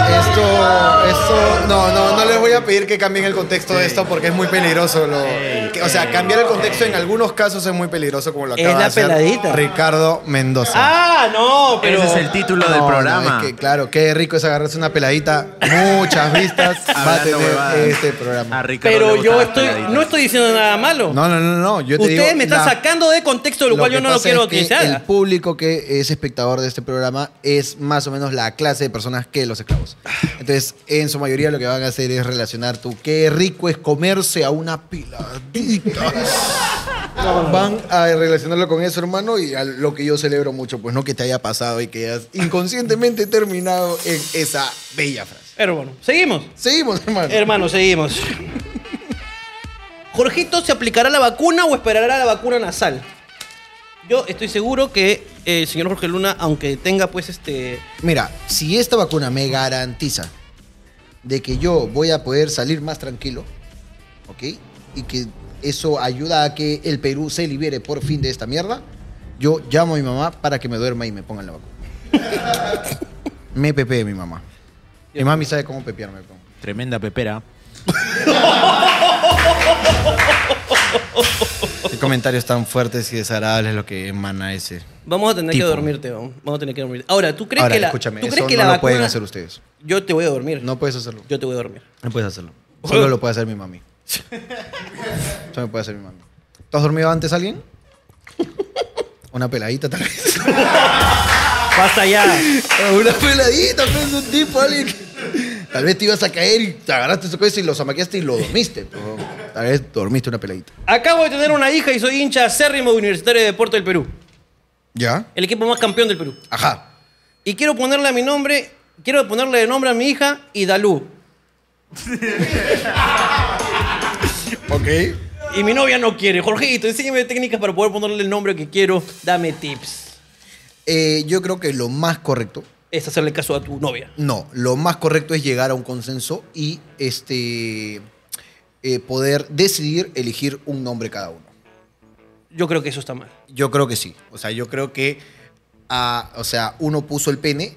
Speaker 3: Esto, esto, no, no, no les voy a pedir que cambien el contexto de esto porque es muy peligroso. lo- que- o sea, cambiar el contexto en algunos casos es muy peligroso, como lo
Speaker 1: Es
Speaker 3: acaba de
Speaker 1: la
Speaker 3: hacer
Speaker 1: peladita.
Speaker 3: Ricardo Mendoza.
Speaker 1: ¡Ah, no! Pero...
Speaker 7: Ese es el título
Speaker 3: No,
Speaker 7: del
Speaker 3: no,
Speaker 7: programa.
Speaker 3: es que, claro, qué rico es agarrarse una peladita. Muchas vistas va a
Speaker 7: Hablando
Speaker 3: tener
Speaker 7: huevadas. Ah,
Speaker 3: este programa.
Speaker 7: A Ricardo le
Speaker 1: pero
Speaker 7: gustan
Speaker 1: yo
Speaker 7: las
Speaker 1: estoy,
Speaker 7: peladitas.
Speaker 1: no estoy diciendo nada malo.
Speaker 3: No, no, no, no. Yo te
Speaker 1: Ustedes
Speaker 3: digo,
Speaker 1: me están
Speaker 3: la-
Speaker 1: sacando de contexto, lo cual yo no lo
Speaker 3: pasa
Speaker 1: quiero
Speaker 3: es
Speaker 1: que, se
Speaker 3: El
Speaker 1: haga.
Speaker 3: público que es espectador de este programa es más o menos la clase de personas que los esclavos. Entonces, en su mayoría lo que van a hacer es relacionar tú. Qué rico es comerse a una piladita. Van a relacionarlo con eso, hermano, y a lo que yo celebro mucho, pues no que te haya pasado y que hayas inconscientemente terminado en esa bella frase.
Speaker 1: Pero bueno, seguimos.
Speaker 3: Seguimos, hermano.
Speaker 1: Hermano, seguimos. Jorgito, ¿se aplicará la vacuna o esperará la vacuna nasal? Yo estoy seguro que eh, el señor Jorge Luna, aunque tenga pues este...
Speaker 3: Mira, si esta vacuna me garantiza de que yo voy a poder salir más tranquilo, ¿ok? Y que eso ayuda a que el Perú se libere por fin de esta mierda, yo llamo a mi mamá para que me duerma y me pongan la vacuna. me pepe mi mamá. Mi mami sabe cómo pepearme. pues. pe.
Speaker 7: Tremenda pepera.
Speaker 3: Qué comentarios tan fuertes y desagradables lo que emana ese.
Speaker 1: Vamos a tener
Speaker 3: Tipo.
Speaker 1: que dormirte, vamos. Vamos a tener que dormirte. Ahora, ¿tú crees
Speaker 3: Ahora,
Speaker 1: que la,
Speaker 3: escúchame,
Speaker 1: ¿tú
Speaker 3: eso
Speaker 1: crees que
Speaker 3: no
Speaker 1: la
Speaker 3: lo pueden
Speaker 1: vacuna-
Speaker 3: hacer ustedes.
Speaker 1: Yo te voy a dormir.
Speaker 3: No puedes hacerlo.
Speaker 1: Yo te voy a dormir.
Speaker 3: No puedes hacerlo. Solo lo puede hacer mi mami. Solo puede hacer mi mami. ¿Tú has dormido antes alguien? Una peladita tal vez.
Speaker 1: Basta ya.
Speaker 3: Una peladita, pues, un tipo, alguien. que- Tal vez te ibas a caer y te agarraste su cabeza y lo zamaqueaste y lo dormiste. pero tal vez dormiste una peladita.
Speaker 1: Acabo de tener una hija y soy hincha acérrimo de Universitario de Deporte del Perú.
Speaker 3: ¿Ya?
Speaker 1: El equipo más campeón del Perú.
Speaker 3: Ajá.
Speaker 1: Y quiero ponerle a mi nombre, quiero ponerle de nombre a mi hija Idalú.
Speaker 3: Ok.
Speaker 1: Y mi novia no quiere. Jorgito, enséñame técnicas para poder ponerle el nombre que quiero. Dame tips.
Speaker 3: Eh, yo creo que lo más correcto
Speaker 1: Es hacerle caso a tu novia.
Speaker 3: No, lo más correcto es llegar a un consenso y este eh, poder decidir elegir un nombre cada uno.
Speaker 1: Yo creo que eso está mal.
Speaker 3: Yo creo que sí. O sea, yo creo que ah, o sea, uno puso el pene,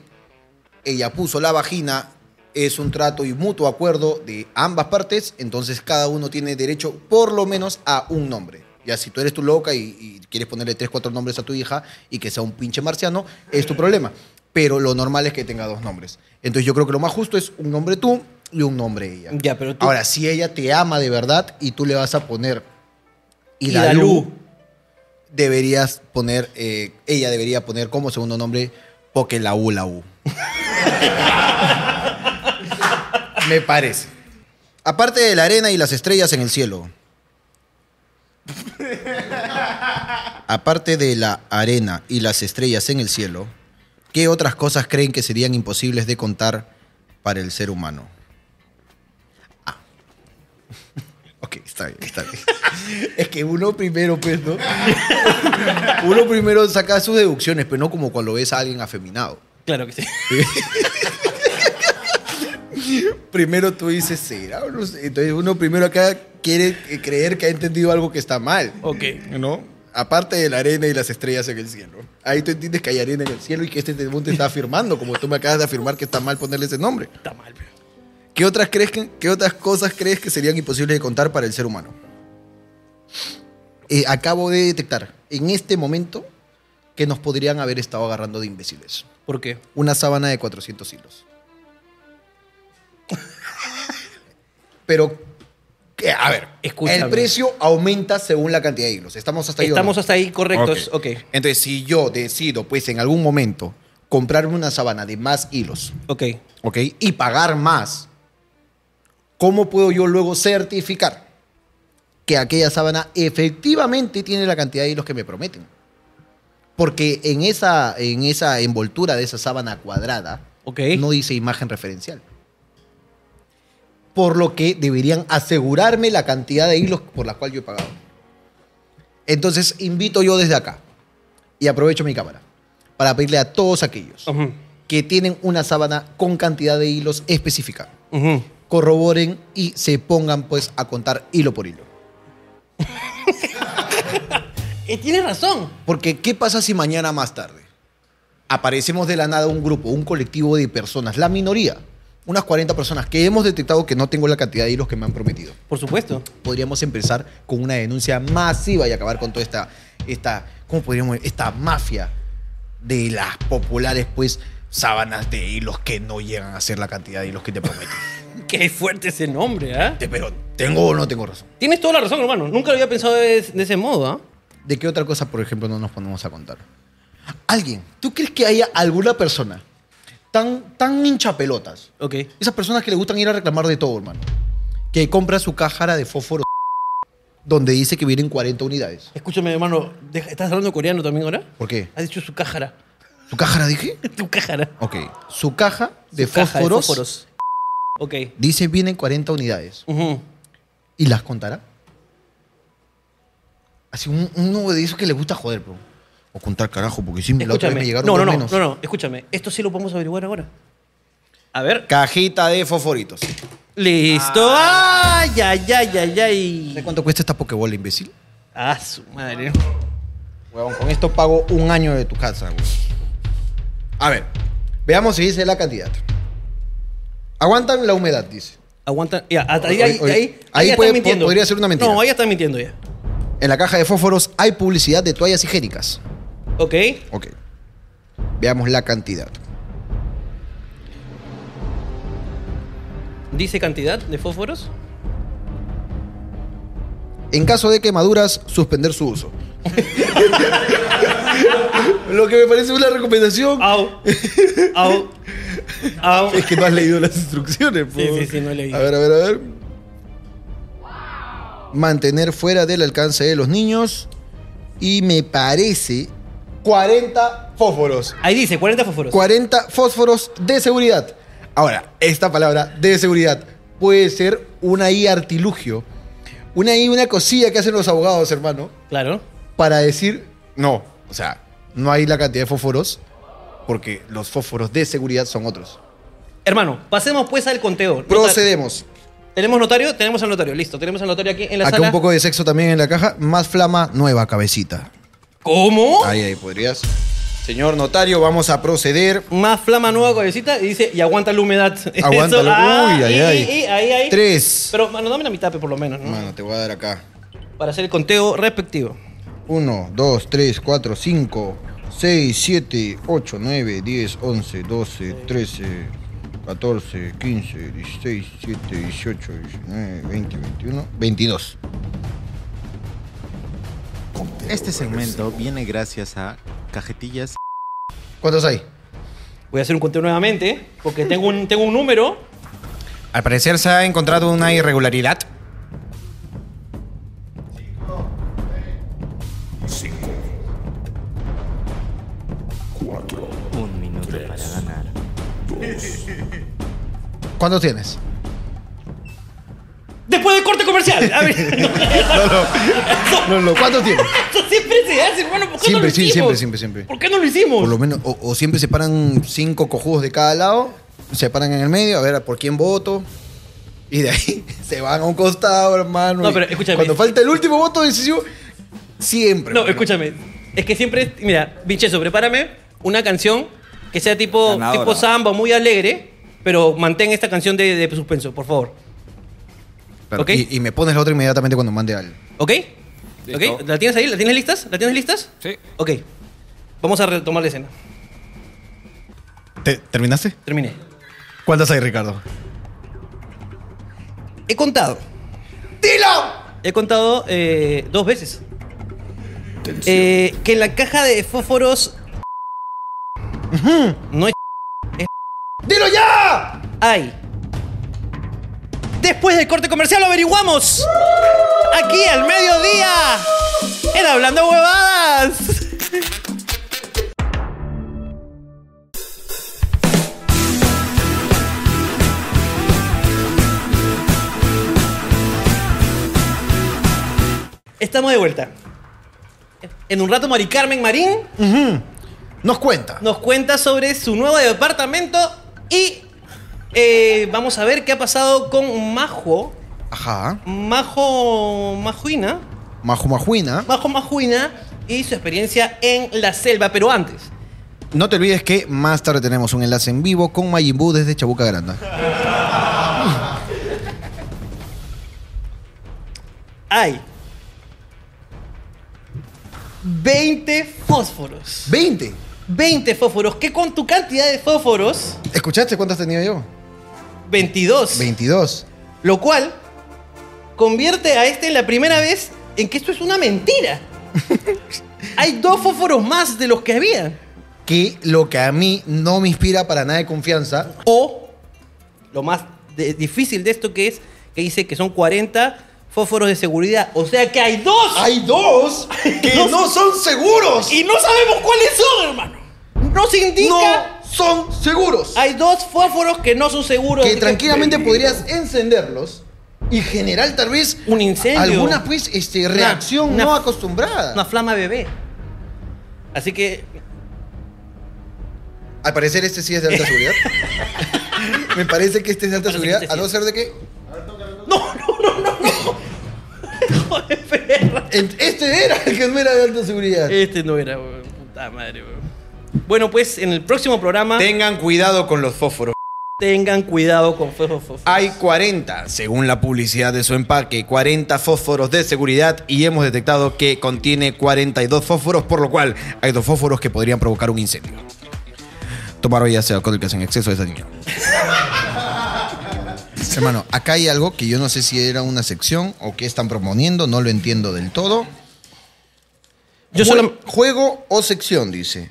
Speaker 3: ella puso la vagina, es un trato y mutuo acuerdo de ambas partes, entonces cada uno tiene derecho por lo menos a un nombre. Ya si tú eres tu loca y, y quieres ponerle tres, cuatro nombres a tu hija y que sea un pinche marciano, es tu problema. Pero lo normal es que tenga dos nombres. Entonces yo creo que lo más justo es un nombre tú y un nombre ella.
Speaker 1: Ya, pero tú-
Speaker 3: Ahora, si ella te ama de verdad y tú le vas a poner
Speaker 1: Hidalú.
Speaker 3: Hidalú, deberías poner, eh, ella debería poner como segundo nombre Porque la U la U. Me parece. Aparte de la arena y las estrellas en el cielo. Aparte de la arena y las estrellas en el cielo, ¿qué otras cosas creen que serían imposibles de contar para el ser humano? Ah. Ok, está bien, está bien. Es que uno primero, pues, ¿no? uno primero saca sus deducciones, pero no como cuando ves a alguien afeminado.
Speaker 1: Claro que sí.
Speaker 3: Primero tú dices, será o no sé? Entonces uno primero acá quiere eh, creer que ha entendido algo que está mal,
Speaker 1: Ok.
Speaker 3: ¿no? Aparte de la arena y las estrellas en el cielo. Ahí tú entiendes que hay arena en el cielo y que este mundo te está afirmando, como tú me acabas de afirmar que está mal ponerle ese nombre.
Speaker 1: Está mal, pero.
Speaker 3: ¿Qué otras, crees que- qué otras cosas crees que serían imposibles de contar para el ser humano? Eh, acabo de detectar en este momento que nos podrían haber estado agarrando de imbéciles.
Speaker 1: ¿Por qué?
Speaker 3: Una sábana de 400 hilos. Pero, que- a ver,
Speaker 1: Escúchame.
Speaker 3: el precio aumenta según la cantidad de hilos. Estamos hasta ahí. o no?
Speaker 1: Estamos hasta ahí correctos.
Speaker 3: Ok.
Speaker 1: Ok.
Speaker 3: Entonces, si yo decido, pues en algún momento, comprarme una sábana de más hilos,
Speaker 1: Ok.
Speaker 3: ¿ok? Y pagar más, ¿cómo puedo yo luego certificar que aquella sábana efectivamente tiene la cantidad de hilos que me prometen? Porque en esa, en esa envoltura de esa sábana cuadrada
Speaker 1: Ok.
Speaker 3: no dice imagen referencial. Por lo que deberían asegurarme la cantidad de hilos por la cual yo he pagado. Entonces invito yo desde acá y aprovecho mi cámara para pedirle a todos aquellos
Speaker 1: Ujú.
Speaker 3: que tienen una sábana con cantidad de hilos específica.
Speaker 1: Ujú.
Speaker 3: Corroboren y se pongan pues a contar hilo por hilo.
Speaker 1: Eh, tienes razón.
Speaker 3: Porque ¿qué pasa si mañana más tarde aparecemos de la nada un grupo, un colectivo de personas, la minoría, unas 40 personas que hemos detectado que no tengo la cantidad de hilos que me han prometido?
Speaker 1: Por supuesto.
Speaker 3: Podríamos empezar con una denuncia masiva y acabar con toda esta, esta ¿cómo podríamos decir? Esta mafia de las populares pues sábanas de hilos que no llegan a ser la cantidad de hilos que te prometen.
Speaker 1: Qué fuerte ese nombre, ¿ah?
Speaker 3: Te- Pero ¿tengo o no tengo razón?
Speaker 1: Tienes toda la razón, hermano. Nunca lo había pensado de, de ese modo, ¿ah?
Speaker 3: ¿De qué otra cosa, por ejemplo, no nos ponemos a contar? Alguien, ¿tú crees que haya alguna persona tan, tan hinchapelotas?
Speaker 1: Ok.
Speaker 3: Esas personas que le gustan ir a reclamar de todo, hermano. Que compra su cajara de fósforo donde dice que vienen 40 unidades.
Speaker 1: Escúchame, hermano. deja- ¿Estás hablando coreano también ahora?
Speaker 3: ¿Por qué?
Speaker 1: Has dicho su cájara.
Speaker 3: ¿Su cajara dije?
Speaker 1: Tu cájara.
Speaker 3: Ok. Su caja de,
Speaker 1: Caja
Speaker 3: fósforos,
Speaker 1: fósforos. Ok.
Speaker 3: dice vienen 40 unidades.
Speaker 1: Ujú.
Speaker 3: ¿Y las contará? Así un, uno de esos que le gusta joder, bro. O contar carajo, porque siempre la otra vez me
Speaker 1: Escúchame.
Speaker 3: llegaron
Speaker 1: No, no,
Speaker 3: dos
Speaker 1: no,
Speaker 3: menos.
Speaker 1: no, no. Escúchame. Esto sí lo podemos averiguar ahora. A ver.
Speaker 15: Cajita de fosforitos.
Speaker 1: Listo.
Speaker 3: Ah.
Speaker 1: Ay, ay, ay, ay,
Speaker 3: ¿Sabes
Speaker 1: ay.
Speaker 3: cuánto cuesta esta Pokébola, imbécil?
Speaker 1: Ah, su madre.
Speaker 3: Huevón, con esto pago un año de tu casa, güey. A ver, veamos si dice la cantidad. Aguantan la humedad, dice.
Speaker 1: Aguanta. Ya, hasta ahí,
Speaker 3: Oye,
Speaker 1: ahí,
Speaker 3: oye,
Speaker 1: ahí,
Speaker 3: ahí
Speaker 1: ahí ya
Speaker 3: puede-
Speaker 1: están mintiendo.
Speaker 3: podría ser una mentira.
Speaker 1: No, ahí ya están mintiendo ya.
Speaker 3: En la caja de fósforos hay publicidad de toallas higiénicas.
Speaker 1: Ok.
Speaker 3: Ok. Veamos la cantidad.
Speaker 1: Dice cantidad de fósforos.
Speaker 3: En caso de quemaduras, suspender su uso. Lo que me parece una recomendación
Speaker 1: Au. Au. Au.
Speaker 3: es que no has leído las instrucciones.
Speaker 1: Sí,
Speaker 3: po.
Speaker 1: sí, sí, no leí.
Speaker 3: A ver, a ver, a ver. Mantener fuera del alcance de los niños. Y me parece 40 fósforos.
Speaker 1: Ahí dice 40 fósforos.
Speaker 3: 40 fósforos de seguridad. Ahora, esta palabra de seguridad puede ser una I artilugio. Una I, una cosilla que hacen los abogados, hermano,
Speaker 1: Claro.
Speaker 3: para decir no. O sea, no hay la cantidad de fósforos porque los fósforos de seguridad son otros.
Speaker 1: Hermano, pasemos pues al conteo.
Speaker 3: Procedemos.
Speaker 1: Nota- ¿Tenemos notario? Tenemos al notario, listo. Tenemos al notario aquí en la
Speaker 3: Acá
Speaker 1: sala.
Speaker 3: un poco de sexo también en la caja. Más flama, nueva cabecita.
Speaker 1: ¿Cómo?
Speaker 3: Ahí, ahí, podrías. Señor notario, vamos a proceder.
Speaker 1: Más flama nueva cabecita y dice, y aguanta la humedad.
Speaker 3: Aguántalo.
Speaker 1: Eso, ah,
Speaker 3: Uy, ay,
Speaker 1: y-
Speaker 3: ay.
Speaker 1: y- y- ahí, ahí.
Speaker 3: Tres.
Speaker 1: Pero, mano, dame la mitad, pe, por lo menos, ¿no?
Speaker 3: Mano, te voy a dar acá.
Speaker 1: Para hacer el conteo respectivo.
Speaker 3: 1, 2, 3, 4, 5, 6, 7, 8, 9, 10, 11, 12, 13, 14, 15, 16, 17, 18, 19, 20, 21, 22.
Speaker 14: Este segmento viene gracias a Cajetillas.
Speaker 3: ¿Cuántos hay?
Speaker 1: Voy a hacer un conteo nuevamente, porque tengo un, tengo un número.
Speaker 13: Al parecer se ha encontrado una irregularidad.
Speaker 6: Un minuto para ganar.
Speaker 5: ¿Cuántos tienes?
Speaker 1: Después del corte comercial. A ver, no,
Speaker 3: No, no,
Speaker 5: ¿Cuántos tienes?
Speaker 1: eso siempre se hace, hermano. ¿Por qué no lo
Speaker 3: Siempre, sí,
Speaker 1: hicimos?
Speaker 3: siempre, siempre, siempre.
Speaker 1: ¿Por qué no lo hicimos?
Speaker 3: Por lo menos, o, o siempre se paran cinco cojudos de cada lado, se paran en el medio, a ver por quién voto. Y de ahí se van a un costado, hermano.
Speaker 1: No,
Speaker 3: y
Speaker 1: pero escúchame.
Speaker 3: Cuando falta el último voto decisivo, siempre.
Speaker 1: No,
Speaker 3: hermano.
Speaker 1: escúchame. Es que siempre, mira, Vincenzo, prepárame una canción que sea tipo,
Speaker 14: Ganadora.
Speaker 1: tipo samba, muy alegre, pero mantén esta canción de, de suspenso, por favor.
Speaker 3: Claro,
Speaker 1: ¿Ok?
Speaker 3: Y, y me pones la otra inmediatamente cuando mande al.
Speaker 1: ¿Ok?
Speaker 14: Listo.
Speaker 1: ¿Ok? ¿La tienes ahí? ¿La tienes listas? ¿La tienes listas?
Speaker 14: Sí.
Speaker 1: Ok. Vamos a retomar la escena.
Speaker 3: ¿Terminaste?
Speaker 1: Terminé.
Speaker 3: ¿Cuántas hay, Ricardo?
Speaker 1: He contado. ¡Dilo! He contado eh, dos veces. Eh, que en la caja de fósforos. No es.
Speaker 3: ¡Dilo ya!
Speaker 1: hay. Después del corte comercial lo averiguamos. Aquí al mediodía. En Hablando Huevadas. Estamos de vuelta. En un rato, Mari Carmen Marín
Speaker 3: Nos cuenta.
Speaker 1: nos cuenta sobre su nuevo departamento y eh, vamos a ver qué ha pasado con Majo,
Speaker 3: Ajá.
Speaker 1: Majo Majuina,
Speaker 3: Majo Majuina.
Speaker 1: Majo Majuina y su experiencia en la selva, pero antes.
Speaker 3: No te olvides que más tarde tenemos un enlace en vivo con Majin Buu desde Chabuca Granda.
Speaker 1: Hay 20 fósforos.
Speaker 3: ¡20!
Speaker 1: 20 fósforos, que con tu cantidad de fósforos,
Speaker 3: ¿Escuchaste cuántas tenía yo?
Speaker 1: 22.
Speaker 3: 22.
Speaker 1: Lo cual convierte a este en la primera vez en que esto es una mentira. Hay dos fósforos más de los que había.
Speaker 3: Que lo que a mí no me inspira para nada de confianza.
Speaker 1: O lo más de- difícil de esto que es que dice que son 40 fósforos de seguridad. O sea que hay dos.
Speaker 3: ¡Hay dos que
Speaker 1: Dos.
Speaker 3: no son seguros!
Speaker 1: Y no sabemos cuáles son, hermano. No se indica.
Speaker 3: ¡No son seguros!
Speaker 1: Hay dos fósforos que no son seguros.
Speaker 3: Que
Speaker 1: Así
Speaker 3: tranquilamente podrías encenderlos y generar tal vez
Speaker 1: Un incendio.
Speaker 3: alguna pues este, reacción
Speaker 1: una-
Speaker 3: no acostumbrada.
Speaker 1: Una flama bebé. Así que
Speaker 3: Al parecer este sí es de alta seguridad. Me parece que este es de alta
Speaker 1: Parece que
Speaker 3: seguridad,
Speaker 1: este
Speaker 3: a
Speaker 1: sí
Speaker 3: no
Speaker 1: es.
Speaker 3: ser de que
Speaker 1: joder, perra.
Speaker 3: el- este era el que no era de alta seguridad.
Speaker 1: Este no era, weón. Puta madre, weón. Bueno, pues en el próximo programa
Speaker 13: Tengan cuidado con los fósforos.
Speaker 1: tengan cuidado con fósforos.
Speaker 13: Hay 40, según la publicidad de su empaque, 40 fósforos de seguridad y hemos detectado que contiene 42 fósforos, por lo cual hay dos fósforos que podrían provocar un incendio. Tomar ya sea alcohólicas en exceso de esa niña.
Speaker 3: Hermano, acá hay algo que yo no sé si era una sección o qué están proponiendo, no lo entiendo del todo.
Speaker 1: Yo
Speaker 3: Jue-
Speaker 1: solo
Speaker 3: Juego o sección, dice.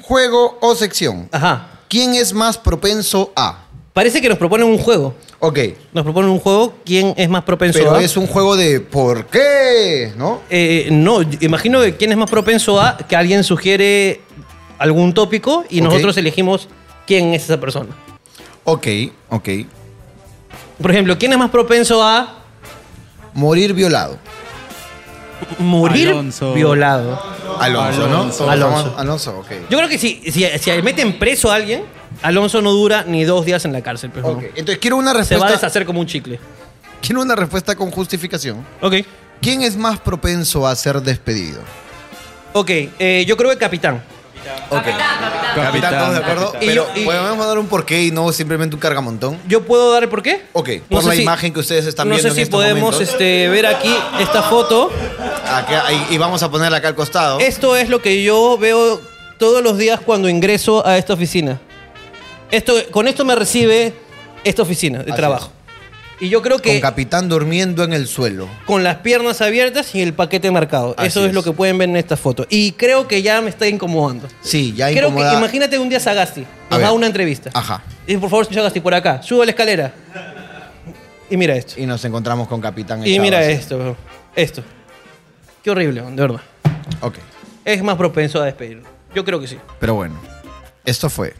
Speaker 3: Juego o sección.
Speaker 1: Ajá.
Speaker 3: ¿Quién es más propenso a?
Speaker 1: Parece que nos proponen un juego.
Speaker 3: Ok,
Speaker 1: Nos proponen un juego. ¿Quién es más propenso
Speaker 3: pero
Speaker 1: a?
Speaker 3: es un juego de ¿por qué? ¿No?
Speaker 1: Eh, no, imagino que quién es más propenso a que alguien sugiere algún tópico y
Speaker 3: Ok.
Speaker 1: nosotros elegimos quién es esa persona.
Speaker 3: Ok, ok.
Speaker 1: Por ejemplo, ¿quién es más propenso a
Speaker 3: Morir violado.
Speaker 1: morir
Speaker 14: Alonso.
Speaker 1: violado?
Speaker 3: Alonso, ¿no?
Speaker 1: Alonso.
Speaker 3: Alonso, ok.
Speaker 1: Yo creo que si, si, si meten preso a alguien, Alonso no dura ni dos días en la cárcel. pues, ¿no?
Speaker 3: Ok, Entonces quiero una
Speaker 1: Se va a
Speaker 3: respuesta.
Speaker 1: deshacer como un chicle.
Speaker 3: Quiero una respuesta con justificación.
Speaker 1: Ok.
Speaker 3: ¿Quién es más propenso a ser despedido?
Speaker 1: Ok, eh, yo creo que capitán.
Speaker 3: Ok. Capitán, todos de acuerdo.
Speaker 1: Capitán.
Speaker 3: Pero
Speaker 1: Y yo- y-
Speaker 3: podemos dar un porqué y no simplemente un cargamontón.
Speaker 1: ¿Yo puedo dar el porqué?
Speaker 3: Ok,
Speaker 1: No
Speaker 3: por
Speaker 1: sé
Speaker 3: la
Speaker 1: si-
Speaker 3: imagen que ustedes están
Speaker 1: no
Speaker 3: viendo.
Speaker 1: sé si podemos este, ver aquí esta foto.
Speaker 3: y, y vamos a ponerla acá al costado.
Speaker 1: Esto es lo que yo veo todos los días cuando ingreso a esta oficina. Esto, con esto me recibe esta oficina de
Speaker 3: Así
Speaker 1: trabajo. Y yo creo que
Speaker 3: Con Capitán durmiendo en el suelo.
Speaker 1: con las piernas abiertas y el paquete marcado.
Speaker 3: Así
Speaker 1: Eso es,
Speaker 3: es.
Speaker 1: lo que pueden ver en esta foto. Y creo que ya me está incomodando.
Speaker 3: Sí, ya
Speaker 1: creo
Speaker 3: incomoda.
Speaker 1: que imagínate un día Sagasti nos da
Speaker 3: ver.
Speaker 1: una entrevista.
Speaker 3: Ajá.
Speaker 1: Y por favor, señor Sagasti, por acá, suba la escalera. Y mira esto.
Speaker 3: Y nos encontramos con Capitán
Speaker 1: Y
Speaker 3: echado
Speaker 1: mira
Speaker 3: así.
Speaker 1: esto, bro. esto. Qué horrible, de verdad.
Speaker 3: Ok.
Speaker 1: Es más propenso a despedirlo. Yo creo que sí.
Speaker 3: Pero bueno, esto fue.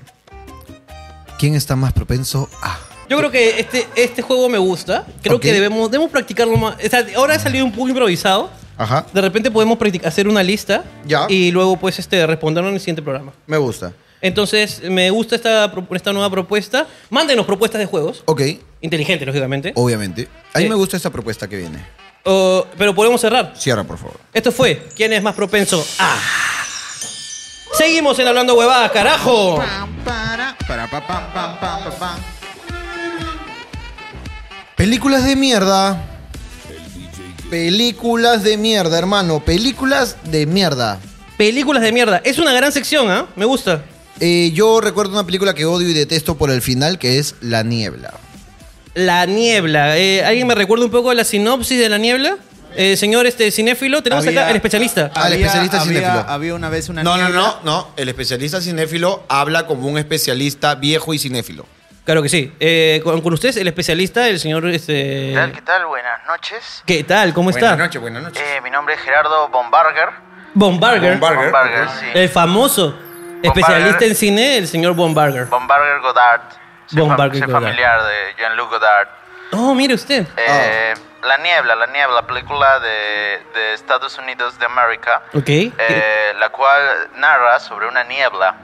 Speaker 3: ¿Quién está más propenso a?
Speaker 1: Yo creo que este, este juego me gusta. Creo
Speaker 3: Ok.
Speaker 1: que debemos, debemos practicarlo más. O sea, ahora he salido un poco improvisado.
Speaker 3: Ajá.
Speaker 1: De repente podemos practic- hacer una lista
Speaker 3: Ya.
Speaker 1: y luego pues este, responderlo en el siguiente programa.
Speaker 3: Me gusta.
Speaker 1: Entonces, me gusta esta, pro- esta nueva propuesta. Mándenos propuestas de juegos.
Speaker 3: Ok,
Speaker 1: Inteligentes, lógicamente.
Speaker 3: Oh. obviamente. A mí
Speaker 1: Sí.
Speaker 3: me gusta esta propuesta que viene.
Speaker 1: O- pero podemos cerrar.
Speaker 3: Cierra, por favor.
Speaker 1: Esto fue ¿Quién es más propenso a...? Seguimos en Hablando Huevadas, carajo.
Speaker 14: Pam, para, para, pa, pam, pam, pam, pa, pam.
Speaker 3: Películas de mierda. Películas de mierda, hermano. Películas de mierda.
Speaker 1: Películas de mierda. Es una gran sección, ¿ah? Me gusta.
Speaker 3: Eh, yo recuerdo una película que odio y detesto por el final, que es La Niebla.
Speaker 1: Ah, La niebla. Eh, ¿Alguien me recuerda un poco la sinopsis de la niebla? Eh, señor este cinéfilo, tenemos acá
Speaker 14: Había-
Speaker 1: el especialista.
Speaker 3: Ah, el especialista
Speaker 14: había,
Speaker 3: cinéfilo.
Speaker 14: Había una vez una
Speaker 3: No, no,
Speaker 14: niebla.
Speaker 3: no, no. El especialista cinéfilo habla como un especialista viejo y cinéfilo.
Speaker 1: Claro que sí. Eh, con, con ustedes, el especialista, el señor este.
Speaker 9: ¿Qué tal? ¿Qué tal? Buenas noches.
Speaker 1: ¿Qué tal? ¿Cómo está?
Speaker 3: Buenas noches, buenas noches.
Speaker 9: Eh, mi nombre es Gerardo Bombarger.
Speaker 1: Bombarger.
Speaker 3: Barger.
Speaker 9: Bombarger, sí.
Speaker 1: El famoso especialista
Speaker 9: Barger.
Speaker 1: en cine, el señor Bombarger.
Speaker 9: Bombarger Godard. Soy fam-
Speaker 1: Bombarger
Speaker 9: soy
Speaker 1: Godard.
Speaker 9: familiar de Jean-Luc Godard.
Speaker 1: Oh, mire usted.
Speaker 9: Eh, La Niebla, La Niebla, película de, de Estados Unidos de América,
Speaker 1: Ok.
Speaker 9: eh, la cual narra sobre una niebla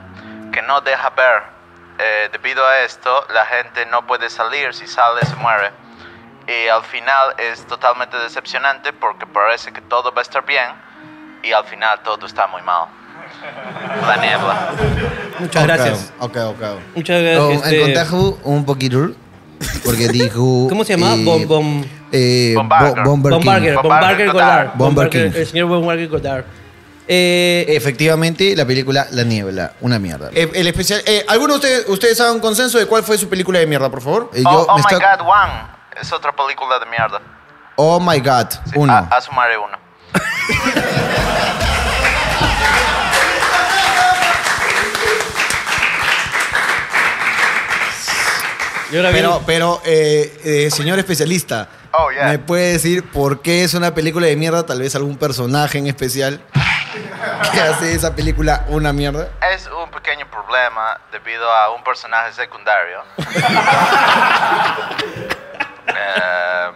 Speaker 9: que no deja ver. Eh, debido a esto, la gente no puede salir, si sale se muere. Y al final es totalmente decepcionante porque parece que todo va a estar bien y al final todo está muy mal. La niebla.
Speaker 1: Muchas gracias.
Speaker 3: Ok, ok.
Speaker 1: Muchas gracias.
Speaker 3: en
Speaker 1: este,
Speaker 3: contagio Oh, un poquito, porque dijo...
Speaker 1: ¿Cómo se llamaba?
Speaker 3: eh,
Speaker 1: Bom, bom,
Speaker 3: eh,
Speaker 9: Bombarger.
Speaker 3: Bo- Bomber
Speaker 1: Bombarger.
Speaker 3: King.
Speaker 9: Bombarger
Speaker 1: Bombarger
Speaker 9: Godard.
Speaker 1: Godard.
Speaker 3: Bomber
Speaker 1: Bombarger-
Speaker 3: King.
Speaker 1: El señor Bombarger Godard. Eh,
Speaker 3: Efectivamente, la película La Niebla, una mierda. el especial, eh, ¿Alguno de ustedes, ustedes hagan consenso de cuál fue su película de mierda, por favor? Eh,
Speaker 9: Oh,
Speaker 3: yo
Speaker 9: oh
Speaker 3: me
Speaker 9: my
Speaker 3: está-
Speaker 9: god, One. Es otra película de mierda.
Speaker 3: Oh my God,
Speaker 9: Sí, Ah,
Speaker 3: uno.
Speaker 9: A, a sumaré uno.
Speaker 1: yo la vi-
Speaker 3: Pero, pero eh, eh, señor especialista,
Speaker 9: Oh, yeah.
Speaker 3: ¿me puede decir por qué es una película de mierda? Tal vez algún personaje en especial que hace esa película una mierda.
Speaker 9: Es un pequeño problema debido a un personaje secundario. Eh,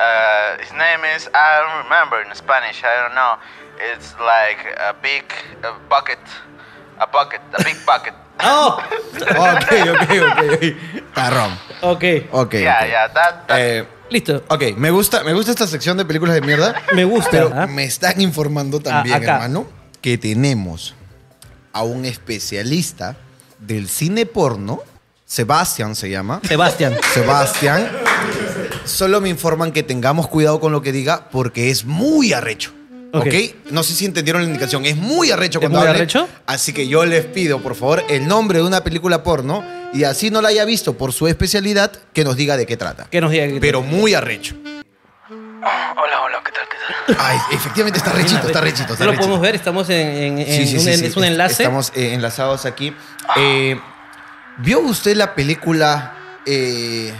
Speaker 9: eh, his name is, I don't remember in Spanish, I don't know. It's like a big uh, bucket. A bucket, a big bucket.
Speaker 1: Oh,
Speaker 3: Ok, ok, ok. Tarrón.
Speaker 1: ok.
Speaker 3: Ok.
Speaker 9: yeah,
Speaker 3: ok.
Speaker 9: yeah, that, that-
Speaker 3: Eh,
Speaker 1: Listo.
Speaker 3: ok, me gusta, me gusta esta sección de películas de mierda.
Speaker 1: Me gusta,
Speaker 3: Pero
Speaker 1: ¿ah?
Speaker 3: me están informando también,
Speaker 1: acá.
Speaker 3: hermano, que tenemos a un especialista del cine porno. Sebastián se llama.
Speaker 1: Sebastián.
Speaker 3: Sebastián. Solo me informan que tengamos cuidado con lo que diga porque es muy arrecho.
Speaker 1: Ok.
Speaker 3: ¿Ok? No sé si entendieron la indicación. Es muy arrecho cuando
Speaker 1: muy
Speaker 3: hable.
Speaker 1: arrecho?
Speaker 3: Así que yo les pido, por favor, el nombre de una película porno y así no la haya visto por su especialidad, que nos diga de qué trata.
Speaker 1: Que nos diga que-
Speaker 3: Pero muy arrecho.
Speaker 9: hola, hola, ¿qué tal, qué tal?
Speaker 3: Ay, efectivamente está rechito, está rechito. Está
Speaker 1: no lo
Speaker 3: rechito.
Speaker 1: podemos ver, estamos en, en- en
Speaker 3: Sí, sí,
Speaker 1: un,
Speaker 3: sí,
Speaker 1: en-
Speaker 3: sí.
Speaker 1: es un enlace.
Speaker 3: Estamos eh, enlazados aquí. Eh, ¿Vio usted la película? eh,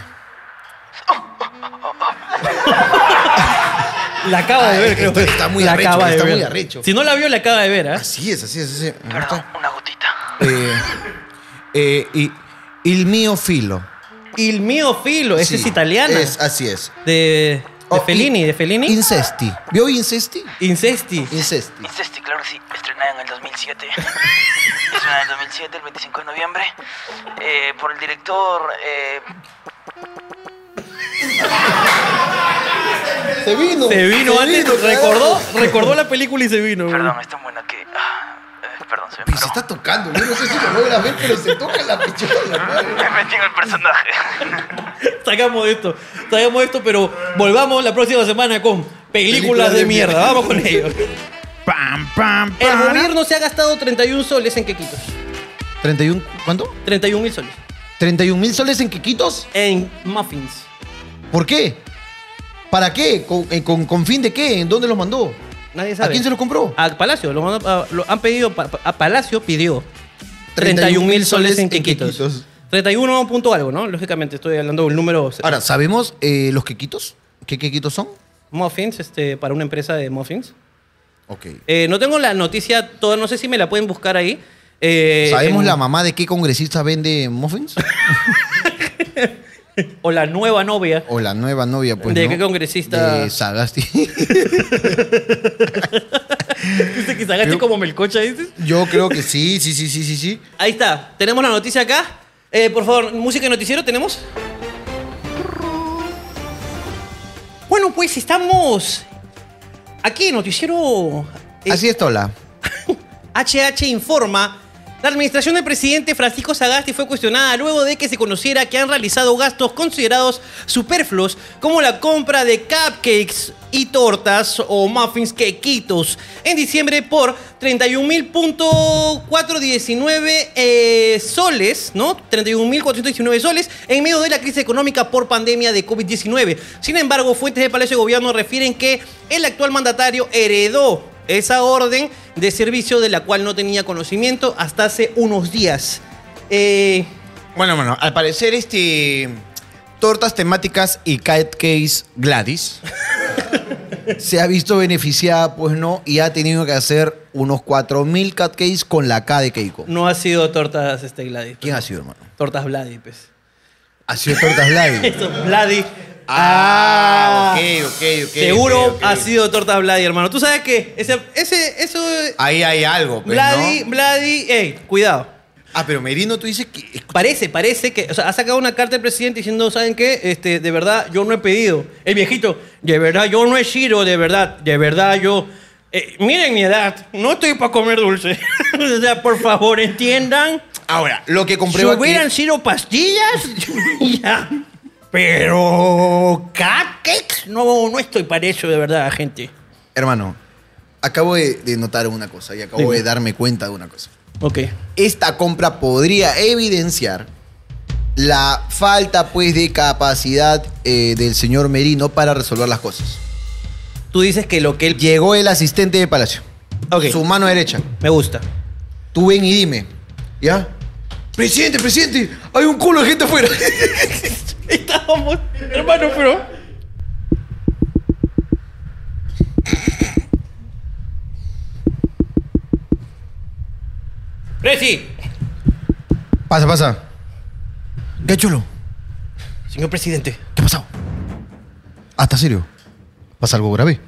Speaker 1: La acaba de
Speaker 3: Ah,
Speaker 1: ver,
Speaker 3: eh,
Speaker 1: creo.
Speaker 3: esto está muy
Speaker 1: La
Speaker 3: arrecho,
Speaker 1: acaba de
Speaker 3: está
Speaker 1: ver.
Speaker 3: muy arrecho.
Speaker 1: Si no la vio, la acaba de ver, ¿ah?
Speaker 3: Así es, así es, así es. Me
Speaker 9: Perdón,
Speaker 3: gusta.
Speaker 9: una gotita.
Speaker 3: Eh, eh, y Il mio filo.
Speaker 1: Il mio filo, esa
Speaker 3: Sí,
Speaker 1: es italiana.
Speaker 3: es- así es.
Speaker 1: de, de
Speaker 3: Oh,
Speaker 1: Fellini,
Speaker 3: y-
Speaker 1: de Fellini.
Speaker 3: Incesti. ¿Vio Incesti?
Speaker 1: Incesti.
Speaker 3: Incesti.
Speaker 4: Incesti, claro que sí, estrenada en el 2007. estrenada en el 2007, el 25 de noviembre, eh, por el director... eh,
Speaker 3: Se vino.
Speaker 1: Se vino antes,
Speaker 3: vino,
Speaker 1: recordó,
Speaker 3: carajo.
Speaker 1: recordó la película y se vino. güey.
Speaker 4: perdón, es tan buena que... ah, eh, perdón,
Speaker 9: soy
Speaker 5: Pero
Speaker 9: pro.
Speaker 5: se está tocando, yo no sé si lo logras ver, pero se toca la pichola, madre.
Speaker 9: Me metí en el personaje.
Speaker 1: Sacamos esto, sacamos esto, pero volvamos la próxima semana con películas
Speaker 5: Películas
Speaker 1: de
Speaker 5: de
Speaker 1: mierda.
Speaker 5: mierda.
Speaker 1: Vamos con ello.
Speaker 14: Pam, pam,
Speaker 1: El
Speaker 14: para.
Speaker 1: gobierno se ha gastado 31 soles en quequitos.
Speaker 5: 31, ¿cuánto?
Speaker 1: 31 mil soles.
Speaker 5: 31 mil soles en quiquitos.
Speaker 1: En muffins.
Speaker 5: ¿Por qué? ¿Para qué? ¿Con, eh, con- con fin de qué? ¿En dónde los mandó?
Speaker 1: Nadie
Speaker 5: ¿A
Speaker 1: sabe.
Speaker 5: quién se los compró?
Speaker 1: A Palacio. Lo, mandó- a- lo han pedido, pa- pa- a Palacio pidió 31 mil soles en quequitos. 31 punto algo, ¿no? Lógicamente estoy hablando del número...
Speaker 3: Ah,
Speaker 5: Ahora, ¿sabemos eh, los quequitos? ¿Qué quequitos son?
Speaker 1: Muffins, este, para una empresa de muffins.
Speaker 5: Ok.
Speaker 1: Eh, no tengo la noticia toda, no sé si me la pueden buscar ahí. Eh,
Speaker 5: ¿Sabemos
Speaker 1: en-
Speaker 5: la mamá de qué congresista vende muffins?
Speaker 1: O la nueva novia.
Speaker 5: ¿O la nueva novia? Pues,
Speaker 1: ¿De
Speaker 5: ¿no?
Speaker 1: qué congresista?
Speaker 5: De Sagasti.
Speaker 1: Dice Este que Sagasti como Melcocha, dices.
Speaker 5: Yo creo que sí, sí, sí, sí, sí, sí.
Speaker 1: Ahí está, tenemos la noticia acá. Eh, por favor, música de noticiero, ¿tenemos? Bueno, pues estamos aquí, noticiero. eh,
Speaker 5: Así es, Tola.
Speaker 1: HH informa. La administración del presidente Francisco Sagasti fue cuestionada luego de que se conociera que han realizado gastos considerados superfluos, como la compra de cupcakes y tortas o muffins quequitos en diciembre por 31.419 eh, soles, ¿no? 31.419 soles en medio de la crisis económica por pandemia de COVID-19. Sin embargo, fuentes del Palacio de Gobierno refieren que el actual mandatario heredó esa orden de servicio de la cual no tenía conocimiento hasta hace unos días. Eh,
Speaker 13: Bueno, bueno, al parecer este... Tortas temáticas y cat case Gladys.
Speaker 5: Se ha visto beneficiada, pues no, y ha tenido que hacer unos 4.000 cupcakes con la K de Keiko.
Speaker 1: no ha sido tortas este Gladys.
Speaker 5: ¿Quién ha sido, hermano?
Speaker 1: Tortas Vladis, pues.
Speaker 5: Ha sido Tortas Live.
Speaker 1: Eso, Vladis.
Speaker 13: Ah, ok, ok, ok.
Speaker 1: Seguro
Speaker 13: ok, ok.
Speaker 1: ha sido tortas Vladis, hermano. Tú sabes que ese, ese, eso,
Speaker 13: Ahí hay algo, Ah, pues,
Speaker 1: Vladi,
Speaker 13: ¿no?
Speaker 1: Vladi, ey, cuidado.
Speaker 13: Ah, pero Merino, tú dices que...
Speaker 1: Parece, parece que, o sea, ha sacado una carta el presidente diciendo, ¿saben qué? Este, de verdad, yo no he pedido. El viejito, de verdad, yo no he sido, de verdad, de verdad, yo. eh, miren mi edad, no estoy para comer dulce. o sea, por favor, entiendan.
Speaker 13: Ahora, lo que
Speaker 1: Si
Speaker 13: comprueba que...
Speaker 1: hubieran sido pastillas, ya. Pero cupcakes, no, no estoy para eso, de verdad, gente.
Speaker 5: Hermano, acabo de, de notar una cosa y acabo
Speaker 1: Dime.
Speaker 5: de darme cuenta de una cosa.
Speaker 1: Ok.
Speaker 5: Esta compra podría evidenciar la falta, pues, de capacidad eh, del señor Merino para resolver las cosas.
Speaker 1: Tú dices que lo que él.
Speaker 5: Llegó el asistente de Palacio.
Speaker 1: Ok.
Speaker 5: Su mano derecha.
Speaker 1: Me gusta.
Speaker 5: Tú ven y dime. ¿Ya? Presidente, presidente, hay un culo de gente afuera.
Speaker 1: Estábamos, hermano, pero. Presi.
Speaker 5: Pasa, pasa. ¿Qué chulo?
Speaker 1: Señor presidente.
Speaker 5: ¿Qué ha pasado? ¿Hasta serio? ¿Pasa algo grave?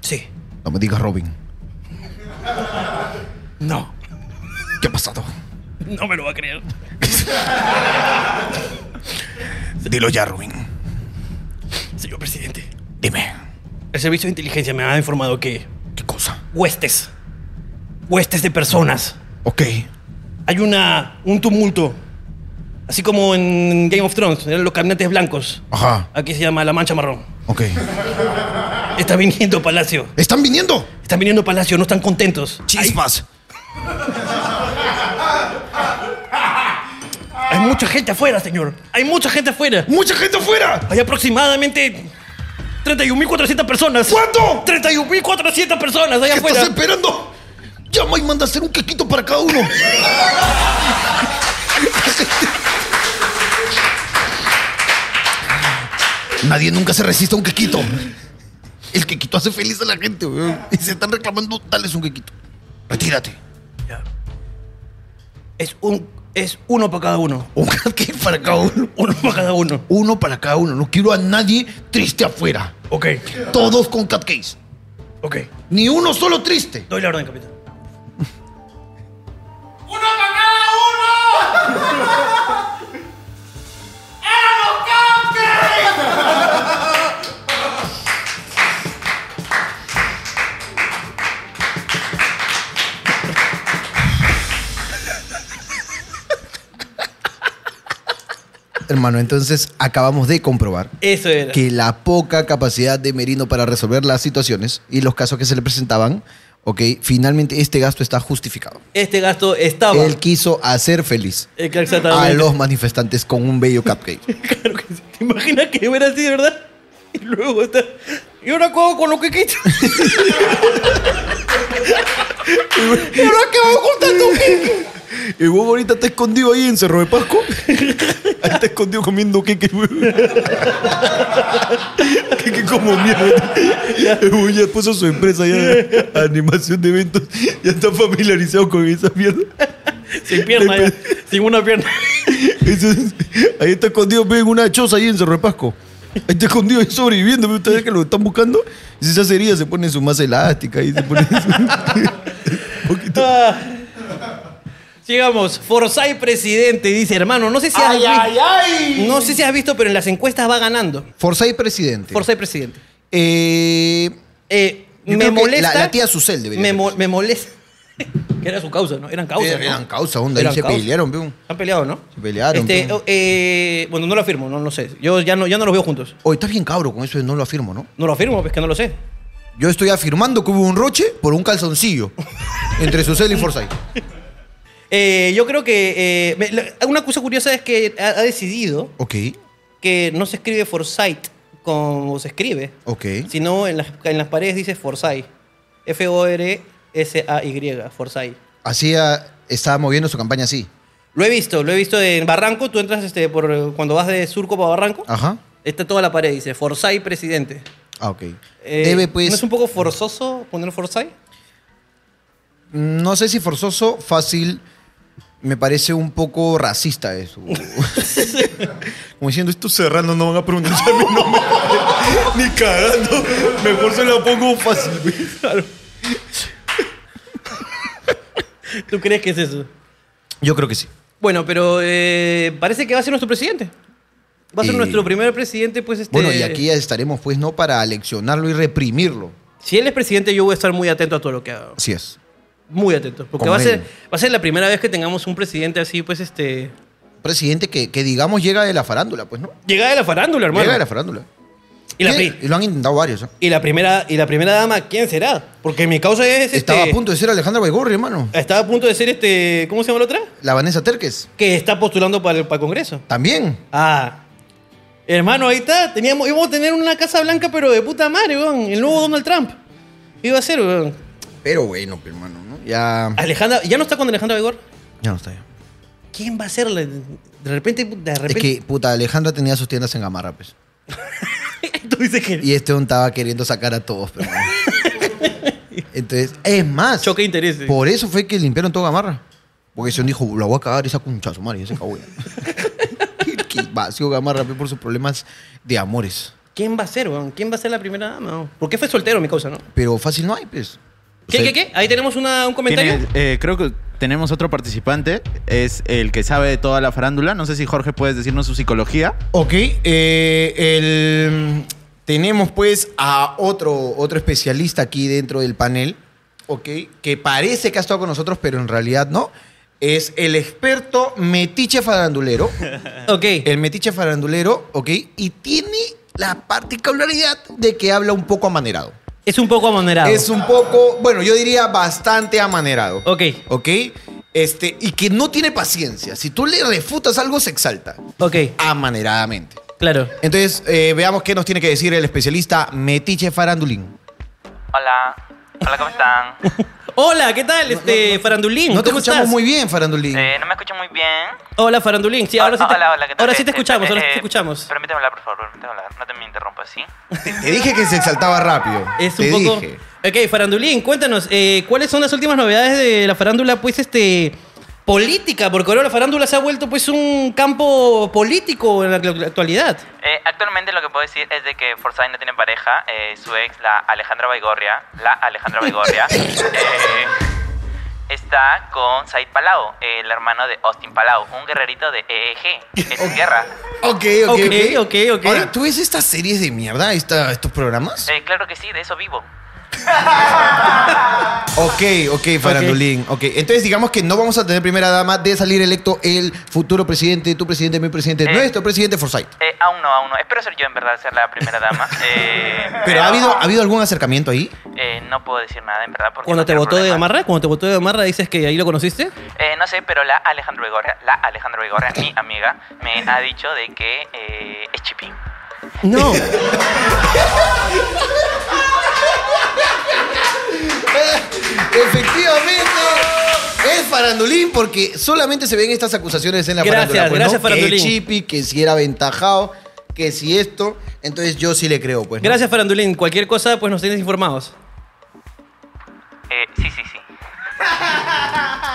Speaker 1: Sí.
Speaker 5: No me digas, Robin.
Speaker 1: No.
Speaker 5: ¿Qué ha pasado?
Speaker 1: No me lo va a creer.
Speaker 5: Dilo ya, Robin.
Speaker 1: Señor presidente.
Speaker 5: Dime.
Speaker 1: El servicio de inteligencia me ha informado que
Speaker 5: ¿Qué cosa?
Speaker 1: huestes, huestes de personas,
Speaker 5: Ok.
Speaker 1: hay una un tumulto, así como en Game of Thrones, eran los caminantes blancos.
Speaker 5: Ajá.
Speaker 1: Aquí se llama la mancha marrón.
Speaker 5: Ok.
Speaker 1: Está viniendo Palacio.
Speaker 5: ¿Están viniendo?
Speaker 1: Están viniendo Palacio, no están contentos.
Speaker 5: Chispas.
Speaker 1: Hay mucha gente afuera, señor. Hay mucha gente afuera.
Speaker 5: ¡Mucha gente afuera!
Speaker 1: Hay aproximadamente 31.400 personas.
Speaker 5: ¿Cuánto?
Speaker 1: 31.400 personas allá
Speaker 5: ¿Qué
Speaker 1: afuera.
Speaker 5: estás esperando? Llama y manda a hacer un quequito para cada uno. Nadie nunca se resiste a un quequito. El quequito hace feliz a la gente, weón. Y se están reclamando, dales un quequito. Retírate.
Speaker 1: Es un es uno para cada uno.
Speaker 5: Un quequito para cada uno.
Speaker 1: Uno para cada uno.
Speaker 5: Uno para cada uno. No quiero a nadie triste afuera.
Speaker 1: Ok,
Speaker 5: Todos con cupcakes.
Speaker 1: ok.
Speaker 5: Ni uno solo triste.
Speaker 1: Doy la orden, capitán.
Speaker 3: hermano. Entonces acabamos de comprobar
Speaker 1: Eso era.
Speaker 3: que la poca capacidad de Merino para resolver las situaciones y los casos que se le presentaban, ok, finalmente este gasto está justificado.
Speaker 1: Este gasto estaba.
Speaker 3: Él quiso hacer feliz
Speaker 1: Eh, que
Speaker 3: a
Speaker 1: Exactamente.
Speaker 3: los manifestantes con un bello cupcake.
Speaker 1: Claro que sí. ¿Te imaginas que hubiera así, de verdad? Y luego está. ¿Y ahora qué hago con lo que quito? ¿Y ahora qué hago con tanto que?
Speaker 3: El huevo ahorita está escondido ahí en Cerro de Pasco. Ahí está escondido comiendo queque. queque como mierda. El huevón ya puso su empresa ya de animación de eventos. Ya está familiarizado con esa mierda.
Speaker 1: Sin pierna, ya. sin una pierna.
Speaker 3: Eso es- ahí está escondido ve, en una choza ahí en Cerro de Pasco. Ahí está escondido ahí sobreviviendo. ve, Ustedes que lo están buscando. Y si se hace herida, se pone su masa elástica. Ahí se pone su- un poquito.
Speaker 1: Ah. Sigamos. Forzay presidente dice, hermano, no sé si has visto. No sé si has visto, pero en las encuestas va ganando.
Speaker 3: Forsyth presidente.
Speaker 1: Forzay presidente.
Speaker 3: Eh,
Speaker 1: Eh,
Speaker 3: Yo
Speaker 1: me
Speaker 3: creo que
Speaker 1: molesta.
Speaker 3: la- la tía Susel debería
Speaker 1: me,
Speaker 3: ser
Speaker 1: mo- me molesta. que era su causa, ¿no? Eran causas.
Speaker 5: eh,
Speaker 3: Eran-
Speaker 1: ¿no?
Speaker 3: eran causa, onda, ahí se pelearon, peón.
Speaker 1: Han peleado, ¿no?
Speaker 3: Se pelearon,
Speaker 1: Este,
Speaker 3: peón.
Speaker 1: oh, eh, bueno, no lo afirmo, no, no sé. Yo ya no, ya no los veo juntos.
Speaker 3: Hoy estás bien cabro con eso, no lo afirmo, ¿no?
Speaker 1: No lo afirmo, es que no lo sé.
Speaker 3: Yo estoy afirmando que hubo un roche por un calzoncillo entre Susel y Forsyth.
Speaker 1: Eh, yo creo que. eh, me- la- una cosa curiosa es que ha, ha decidido
Speaker 3: Ok,
Speaker 1: que no se escribe Forsyth como se escribe,
Speaker 3: ok.
Speaker 1: sino en las, en las paredes dice Forsyth. F-O-R-S-A-Y, Forsyth.
Speaker 3: Hacía, ah, estaba moviendo su campaña así.
Speaker 1: Lo he visto, lo he visto en Barranco. Tú entras este, por, cuando vas de Surco para Barranco.
Speaker 3: Ajá.
Speaker 1: Está toda la pared, dice Forsyth presidente.
Speaker 3: Ah, ok.
Speaker 1: Eh,
Speaker 3: Debe, pues,
Speaker 1: ¿No es un poco forzoso poner Forsyth?
Speaker 3: no sé si forzoso, fácil. Me parece un poco racista eso. Como diciendo, estos serranos no van a pronunciar mi nombre. Ni cagando. Mejor se la pongo fácil.
Speaker 1: ¿Tú crees que es eso?
Speaker 3: Yo creo que sí.
Speaker 1: Bueno, pero eh, parece que va a ser nuestro presidente. Va a ser
Speaker 3: Eh,
Speaker 1: nuestro primer presidente, pues este.
Speaker 3: Bueno, y aquí ya estaremos, pues, no para aleccionarlo y reprimirlo.
Speaker 1: Si él es presidente, yo voy a estar muy atento a todo lo que haga.
Speaker 3: Así es.
Speaker 1: Muy atento. Porque
Speaker 3: Como
Speaker 1: va a, ser,
Speaker 3: él.
Speaker 1: va a ser la primera vez que tengamos un presidente así, pues este.
Speaker 3: Presidente que, que digamos llega de la farándula, pues, ¿no?
Speaker 1: Llegada de la farándula, hermano.
Speaker 3: Llega de la farándula.
Speaker 1: y, la,
Speaker 3: Bien,
Speaker 1: pri-
Speaker 3: y lo han intentado varios. ¿ah?
Speaker 1: y la primera, y la primera dama, ¿quién será? Porque mi causa es. Este,
Speaker 3: Estaba a punto de ser Alejandra Baigorri, hermano.
Speaker 1: Estaba a punto de ser este. ¿Cómo se llama la otra?
Speaker 3: La Vanessa Terques.
Speaker 1: Que está postulando para el, para el Congreso.
Speaker 3: También.
Speaker 1: Ah. Hermano, ahí está. Teníamos, íbamos a tener una Casa Blanca, pero de puta madre, weón. El nuevo Donald Trump. Iba a ser, weón.
Speaker 3: Pero bueno, pe, hermano, ¿no? Ya.
Speaker 1: Alejandra, ¿ya no está con Alejandra Vigor?
Speaker 3: Ya no está ya.
Speaker 1: ¿Quién va a ser? la- De repente, de
Speaker 3: Es
Speaker 1: repente.
Speaker 3: que, puta, Alejandra tenía sus tiendas en Gamarra, pues.
Speaker 1: Tú dices que.
Speaker 3: Y este un estaba queriendo sacar a todos, pero bueno. Entonces, es más.
Speaker 1: Choque de intereses.
Speaker 3: Por eso fue que limpiaron toda Gamarra. Porque ese dijo, la voy a cagar y saco un chazo, madre, y se cagó ya. que vacío Gamarra pe, por sus problemas de amores.
Speaker 1: ¿Quién va a ser, weón? ¿Quién va a ser la primera dama? weón? ¿Por qué fue soltero mi causa, no?
Speaker 3: Pero fácil no hay, pues.
Speaker 1: ¿Qué, qué, qué? Ahí tenemos una- un comentario.
Speaker 7: Tiene- eh, creo que tenemos otro participante. Es el que sabe de toda la farándula. No sé si Jorge puedes decirnos su psicología.
Speaker 16: Ok, el...
Speaker 3: eh, Tenemos pues a otro, otro especialista aquí dentro del panel, ¿ok? Que parece que ha estado con nosotros, pero en realidad no. Es el experto metiche farandulero.
Speaker 1: Ok.
Speaker 3: El metiche farandulero, ¿ok? Y tiene la particularidad de que habla un poco amanerado.
Speaker 1: Es un poco amanerado.
Speaker 3: Es un poco, bueno, yo diría bastante amanerado.
Speaker 1: Ok.
Speaker 3: ¿Ok? Este, y que no tiene paciencia. Si tú le refutas algo, se exalta.
Speaker 1: Ok,
Speaker 3: Amaneradamente.
Speaker 1: claro.
Speaker 3: Entonces, eh, veamos qué nos tiene que decir el especialista Metiche Farandulín.
Speaker 9: Hola, hola, ¿cómo están?
Speaker 1: Hola, ¿qué tal, este farandulín?
Speaker 3: No te
Speaker 1: ¿Cómo
Speaker 3: escuchamos
Speaker 1: estás?
Speaker 3: muy bien, Farandulín.
Speaker 9: Eh, no me escuchan muy bien. Ah,
Speaker 1: Hola, farandulín. Sí, ahora sí te,
Speaker 9: hola, hola, ¿qué tal?
Speaker 1: ahora sí te
Speaker 9: Eh,
Speaker 1: escuchamos,
Speaker 9: eh,
Speaker 1: ahora sí
Speaker 9: eh,
Speaker 1: te escuchamos.
Speaker 9: Permíteme hablar, por favor, permíteme hablar. No te me interrumpas, ¿sí?
Speaker 3: Te, te dije que se exaltaba rápido.
Speaker 1: Es
Speaker 3: Te
Speaker 1: un poco.
Speaker 3: dije.
Speaker 1: Ok, Farandulín, cuéntanos, eh, ¿cuáles son las últimas novedades de la farándula, pues, este. política? Porque ahora la farándula se ha vuelto, pues, un campo político en la, la actualidad.
Speaker 9: Eh, actualmente lo que puedo decir es de que Forsyth no tiene pareja. Eh, su ex, la Alejandra Baigorria, la Alejandra Baigorria, eh, está con Said Palau, el hermano de Austin Palau, un guerrerito de EEG. Es en guerra.
Speaker 3: Ok, ok, ok.
Speaker 1: Ok, ok, Eh, ok.
Speaker 3: Ahora, ¿tú ves estas series de mierda, esta- estos programas?
Speaker 9: Eh, claro que sí, de eso vivo.
Speaker 3: Ok, ok, Farandulín. Ok, entonces digamos que no vamos a tener primera dama de salir electo el futuro presidente, tu presidente, mi presidente,
Speaker 9: Eh.
Speaker 3: nuestro presidente Forsyth.
Speaker 9: Eh, aún no, aún no. Espero ser yo en verdad ser la primera dama. Eh,
Speaker 3: Pero ha habido, ha habido algún acercamiento ahí.
Speaker 9: eh, no puedo decir nada en verdad porque
Speaker 1: Cuando
Speaker 9: no
Speaker 1: te
Speaker 9: quiero
Speaker 1: votó de
Speaker 9: problemas.
Speaker 1: Amarra, cuando te votó de Amarra, dices que ahí lo conociste.
Speaker 9: Eh, no sé, pero la Alejandra Vigorra, la Alejandra Vigorra, mi amiga, me ha dicho de que eh, es chipín.
Speaker 7: No.
Speaker 3: Efectivamente, es farandulín porque solamente se ven estas acusaciones en la
Speaker 1: Gracias,
Speaker 3: farándula. pues, ¿no?
Speaker 1: gracias, farandulín.
Speaker 3: Que Chipi, que si era aventajado, que si esto. Entonces yo sí le creo, pues. ¿no?
Speaker 1: Gracias, Farandulín. Cualquier cosa, pues nos tienes informados.
Speaker 9: Eh, sí, sí, sí.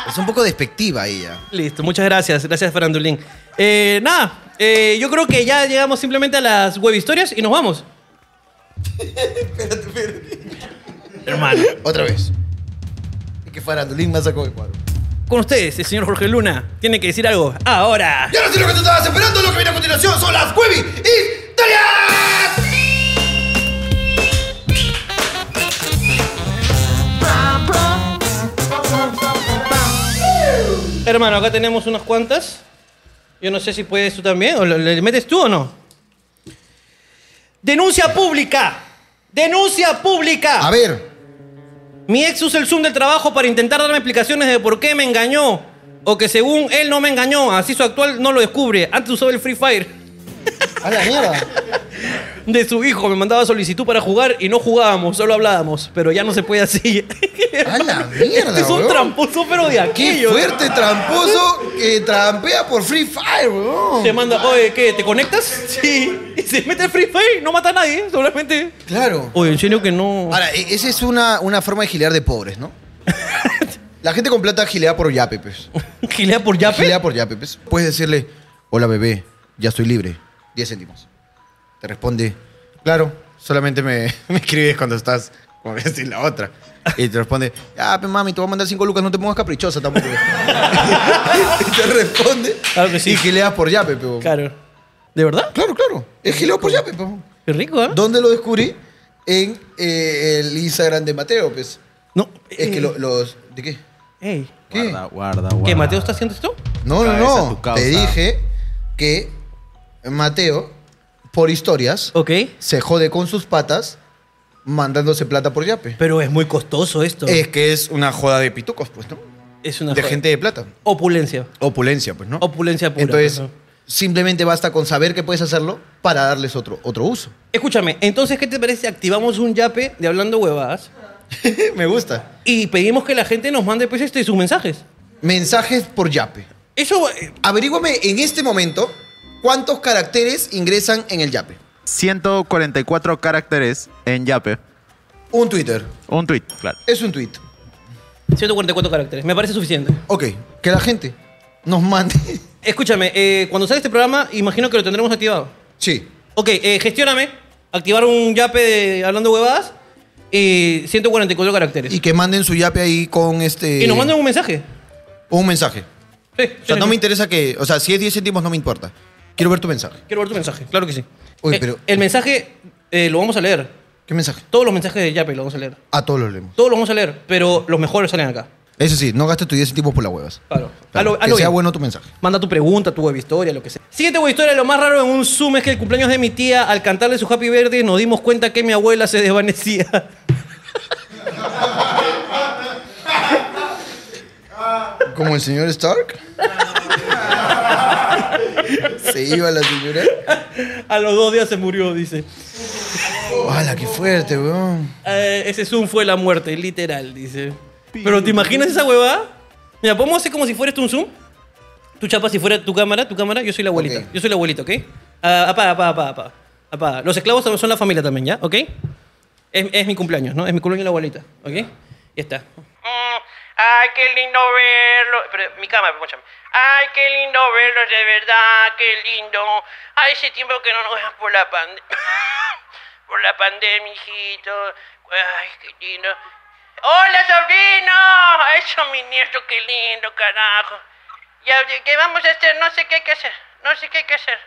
Speaker 3: Es un poco despectiva ella.
Speaker 1: Listo, muchas gracias. Gracias, Farandulín. Eh, nada, eh, yo creo que ya llegamos simplemente a las web historias y nos vamos.
Speaker 3: Otra vez. Es que farandulín me sacó de cuadro.
Speaker 1: Con ustedes, el señor Jorge Luna tiene que decir algo ahora.
Speaker 3: Y ahora sí lo que tú estabas esperando, lo que viene a continuación son las Webby Historias.
Speaker 1: Hermano, acá tenemos unas cuantas. Yo no sé si puedes tú también, o lo- le metes tú o no. Denuncia pública. Denuncia pública.
Speaker 3: A ver,
Speaker 1: Mi ex usa el Zoom del trabajo para intentar darme explicaciones de por qué me engañó. O que según él no me engañó, así su actual no lo descubre. Antes usaba el Free Fire
Speaker 3: a la mierda.
Speaker 1: de su hijo. Me mandaba solicitud para jugar y no jugábamos, solo hablábamos. Pero ya no se puede así.
Speaker 3: A la mierda,
Speaker 1: Este es un
Speaker 3: weón.
Speaker 1: tramposo, pero de
Speaker 3: Qué
Speaker 1: aquello.
Speaker 3: fuerte tramposo que trampea por Free Fire, weón.
Speaker 1: Te manda, oye, ¿qué? ¿Te conectas? Sí. Y se mete el Free Fire, no mata a nadie, solamente.
Speaker 3: Claro.
Speaker 1: Oye, en serio que no.
Speaker 3: Ahora, e- esa es una, una forma de gilear de pobres, ¿no? La gente con plata gilea por yape, pues.
Speaker 1: ¿Gilea por yape?
Speaker 3: Gilea por yape, pues. Puedes decirle, hola bebé, ya estoy libre. 10 céntimos. Te responde, claro, solamente me, me escribes cuando estás con esta y la otra. Y te responde, ah, pues mami, te voy a mandar 5 lucas, no te pongas caprichosa tampoco. y te responde,
Speaker 1: Claro que Ah, pues sí.
Speaker 3: y gileas por yape, pues.
Speaker 1: Claro. ¿De verdad?
Speaker 3: Claro, claro. Es gileo por yape, pues.
Speaker 1: Qué rico, ¿eh?
Speaker 3: ¿Dónde lo descubrí? En eh, el Instagram de Mateo, pues.
Speaker 1: No.
Speaker 3: Es que lo- los. ¿De qué?
Speaker 1: Ey.
Speaker 3: ¿Qué?
Speaker 14: Guarda, guarda, guarda.
Speaker 1: ¿Qué, Mateo está haciendo esto?
Speaker 3: No, no,
Speaker 14: Cabeza, tu
Speaker 3: no.
Speaker 14: causa.
Speaker 3: Te dije que Mateo, por historias,
Speaker 1: Ok.
Speaker 3: se jode con sus patas mandándose plata por yape.
Speaker 1: Pero es muy costoso esto.
Speaker 3: Es que es una joda de pitucos, pues, ¿no?
Speaker 1: es una
Speaker 3: de
Speaker 1: joda.
Speaker 3: gente de plata.
Speaker 1: Opulencia.
Speaker 3: Opulencia, pues, ¿no?
Speaker 1: Opulencia pura.
Speaker 3: Entonces,
Speaker 1: pues, ¿no?
Speaker 3: simplemente basta con saber que puedes hacerlo para darles otro, otro uso.
Speaker 1: Escúchame, entonces, ¿qué te parece? si Activamos un yape de hablando huevadas
Speaker 3: Me gusta.
Speaker 1: y pedimos que la gente nos mande pues este sus mensajes.
Speaker 3: Mensajes por yape.
Speaker 1: Eso. eh,
Speaker 3: Averígüame en este momento cuántos caracteres ingresan en el yape.
Speaker 14: 144 caracteres en Yape.
Speaker 3: Un Twitter.
Speaker 14: Un tweet, claro.
Speaker 3: Es un tweet.
Speaker 1: 144 caracteres. Me parece suficiente.
Speaker 3: Ok, que la gente nos mande.
Speaker 1: Escúchame, eh, cuando sale este programa, imagino que lo tendremos activado.
Speaker 3: Sí.
Speaker 1: Ok, eh, gestióname. Activar un yape de hablando huevadas y 144 caracteres.
Speaker 3: Y que manden su yape ahí con este.
Speaker 1: Y nos mandan un mensaje.
Speaker 3: un mensaje.
Speaker 1: Sí,
Speaker 3: O sea, no me interesa que. O sea, si es 10 céntimos, no me importa. Quiero ver tu mensaje.
Speaker 1: Quiero ver tu mensaje, claro que sí.
Speaker 3: Uy,
Speaker 1: Eh,
Speaker 3: pero-
Speaker 1: el mensaje eh, lo vamos a leer.
Speaker 3: ¿Qué mensaje?
Speaker 1: Todos los mensajes de Yape lo vamos a leer.
Speaker 3: A todos los leemos.
Speaker 1: Todos los vamos a leer, pero los mejores salen acá.
Speaker 3: Eso sí, no gastes tus 10 céntimos por las huevas.
Speaker 1: Claro.
Speaker 3: Claro,
Speaker 1: Hazlo-
Speaker 3: que
Speaker 1: hazlo
Speaker 3: sea
Speaker 1: bien.
Speaker 3: bueno tu mensaje.
Speaker 1: Manda tu pregunta, tu web historia, lo que sea. Siguiente web historia, lo más raro en un Zoom es que el cumpleaños de mi tía, al cantarle su Happy Verde, nos dimos cuenta que mi abuela se desvanecía.
Speaker 3: Como el señor Stark. Se iba la señora.
Speaker 1: a los dos días se murió, dice.
Speaker 3: ¡Hala, qué fuerte, weón!
Speaker 1: Eh, ese Zoom fue la muerte, literal, dice. Pero ¿te imaginas esa huevada? Mira, podemos hacer como si fuera esto un Zoom. Tu chapa, si fuera tu cámara, tu cámara, yo soy la abuelita.
Speaker 3: Ok.
Speaker 1: Yo soy la abuelita, ¿ok? Ah, apaga, apaga, apaga, apaga. Apaga. Los esclavos son la familia también, ¿ya? ¿Ok? Es, es mi cumpleaños, ¿no? Es mi cumpleaños de la abuelita, ¿ok? Ya está.
Speaker 4: Mm, ay, qué lindo verlo. Pero, mi cámara, escúchame. Ay, qué lindo verlo, de verdad, qué lindo. Ay, ese tiempo que no nos dejan por la pandemia. por la pandemia, hijito. Ay, qué lindo. ¡Hola, sobrino! Eso, mi nieto, qué lindo, carajo. Ya, ¿de ¿qué vamos a hacer? No sé qué hay que hacer. No sé qué hay que hacer.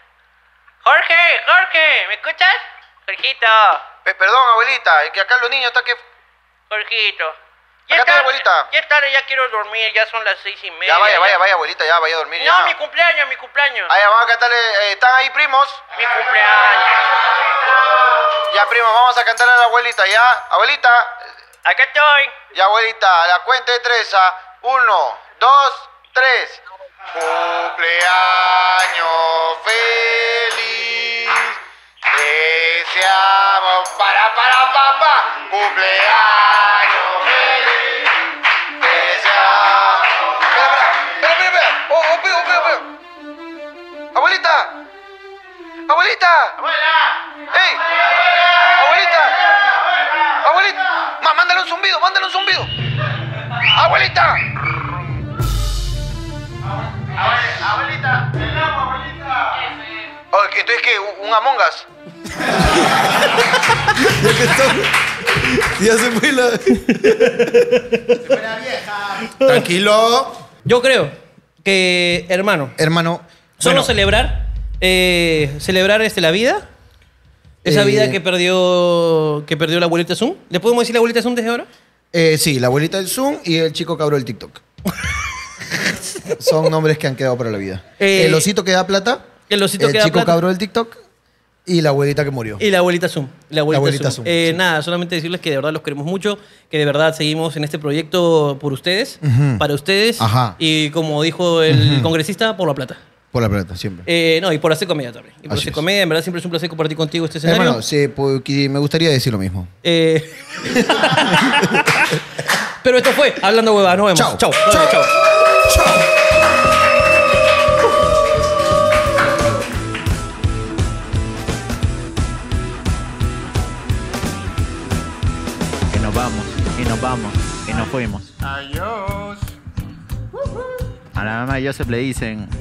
Speaker 4: Jorge, Jorge, ¿me escuchas? Jorgito.
Speaker 3: Eh, perdón, abuelita, que acá los niños están que.
Speaker 4: Jorgito.
Speaker 9: Acá está la abuelita.
Speaker 4: Ya es tarde, ya quiero dormir, ya son las seis y media.
Speaker 9: Ya vaya, vaya, vaya, abuelita, ya vaya a dormir.
Speaker 4: No,
Speaker 9: ya.
Speaker 4: mi cumpleaños, mi cumpleaños.
Speaker 9: Ah, ya, vamos a cantarle. eh, ¿Están ahí, primos?
Speaker 4: Mi cumpleaños.
Speaker 9: Ya, primos, vamos a cantarle a la abuelita, ya. Abuelita,
Speaker 4: Acá estoy.
Speaker 9: ya, abuelita, a la cuenta de tres. A uno, dos, tres. Cumpleaños feliz. Deseamos para, para, papá. Cumpleaños feliz. Deseamos. Espera, espera, espera, espera, espera. Oh, oh, espera, espera, espera. Abuelita. Abuelita. Abuela. ¡Ey! Abuelita. Abuelita. Ma, mándale un zumbido, mándale un zumbido. Abuelita. Abuelita. El agua, abuelita. Entonces, ¿qué? ¿Un un Among Us?
Speaker 5: Ya que estamos- Ya se fue la.
Speaker 3: Tranquilo.
Speaker 1: Yo creo que, hermano,
Speaker 3: Hermano.
Speaker 1: solo
Speaker 3: bueno,
Speaker 1: celebrar, eh, celebrar este, la vida. Esa
Speaker 5: Eh.
Speaker 1: vida que perdió, que perdió la abuelita Zoom. ¿Le podemos decir la abuelita Zoom desde ahora?
Speaker 5: Eh, sí, la abuelita del Zoom y el chico cabro del TikTok. Son nombres que han quedado para la vida.
Speaker 1: Eh,
Speaker 5: el osito que da plata.
Speaker 1: el osito que da
Speaker 5: Eh, chico
Speaker 1: plata. Eh,
Speaker 5: cabro del TikTok y la abuelita que murió.
Speaker 1: Y la abuelita Zoom. La abuelita,
Speaker 5: abuelita
Speaker 1: Zoom.
Speaker 5: Zoom,
Speaker 1: Eh,
Speaker 5: sí.
Speaker 1: Nada, solamente decirles que de verdad los queremos mucho, que de verdad seguimos en este proyecto por ustedes, para ustedes
Speaker 5: Ajá.
Speaker 1: y como dijo el congresista, por la plata.
Speaker 5: Por la plata, siempre.
Speaker 1: Eh, no, y por hacer comedia también. Y por
Speaker 5: Así
Speaker 1: hacer
Speaker 5: es.
Speaker 1: comedia, en verdad siempre es un placer compartir contigo este escenario.
Speaker 5: Hermano, sí, porque me gustaría decir lo mismo.
Speaker 1: Eh. Pero esto fue Hablando Huevadas. Nos vemos.
Speaker 5: Chao.
Speaker 1: Chao. Nos vemos.
Speaker 5: Chao.
Speaker 1: Chao.
Speaker 14: Que nos vamos, y nos vamos, y nos fuimos. Adiós. A la mamá de Joseph le dicen,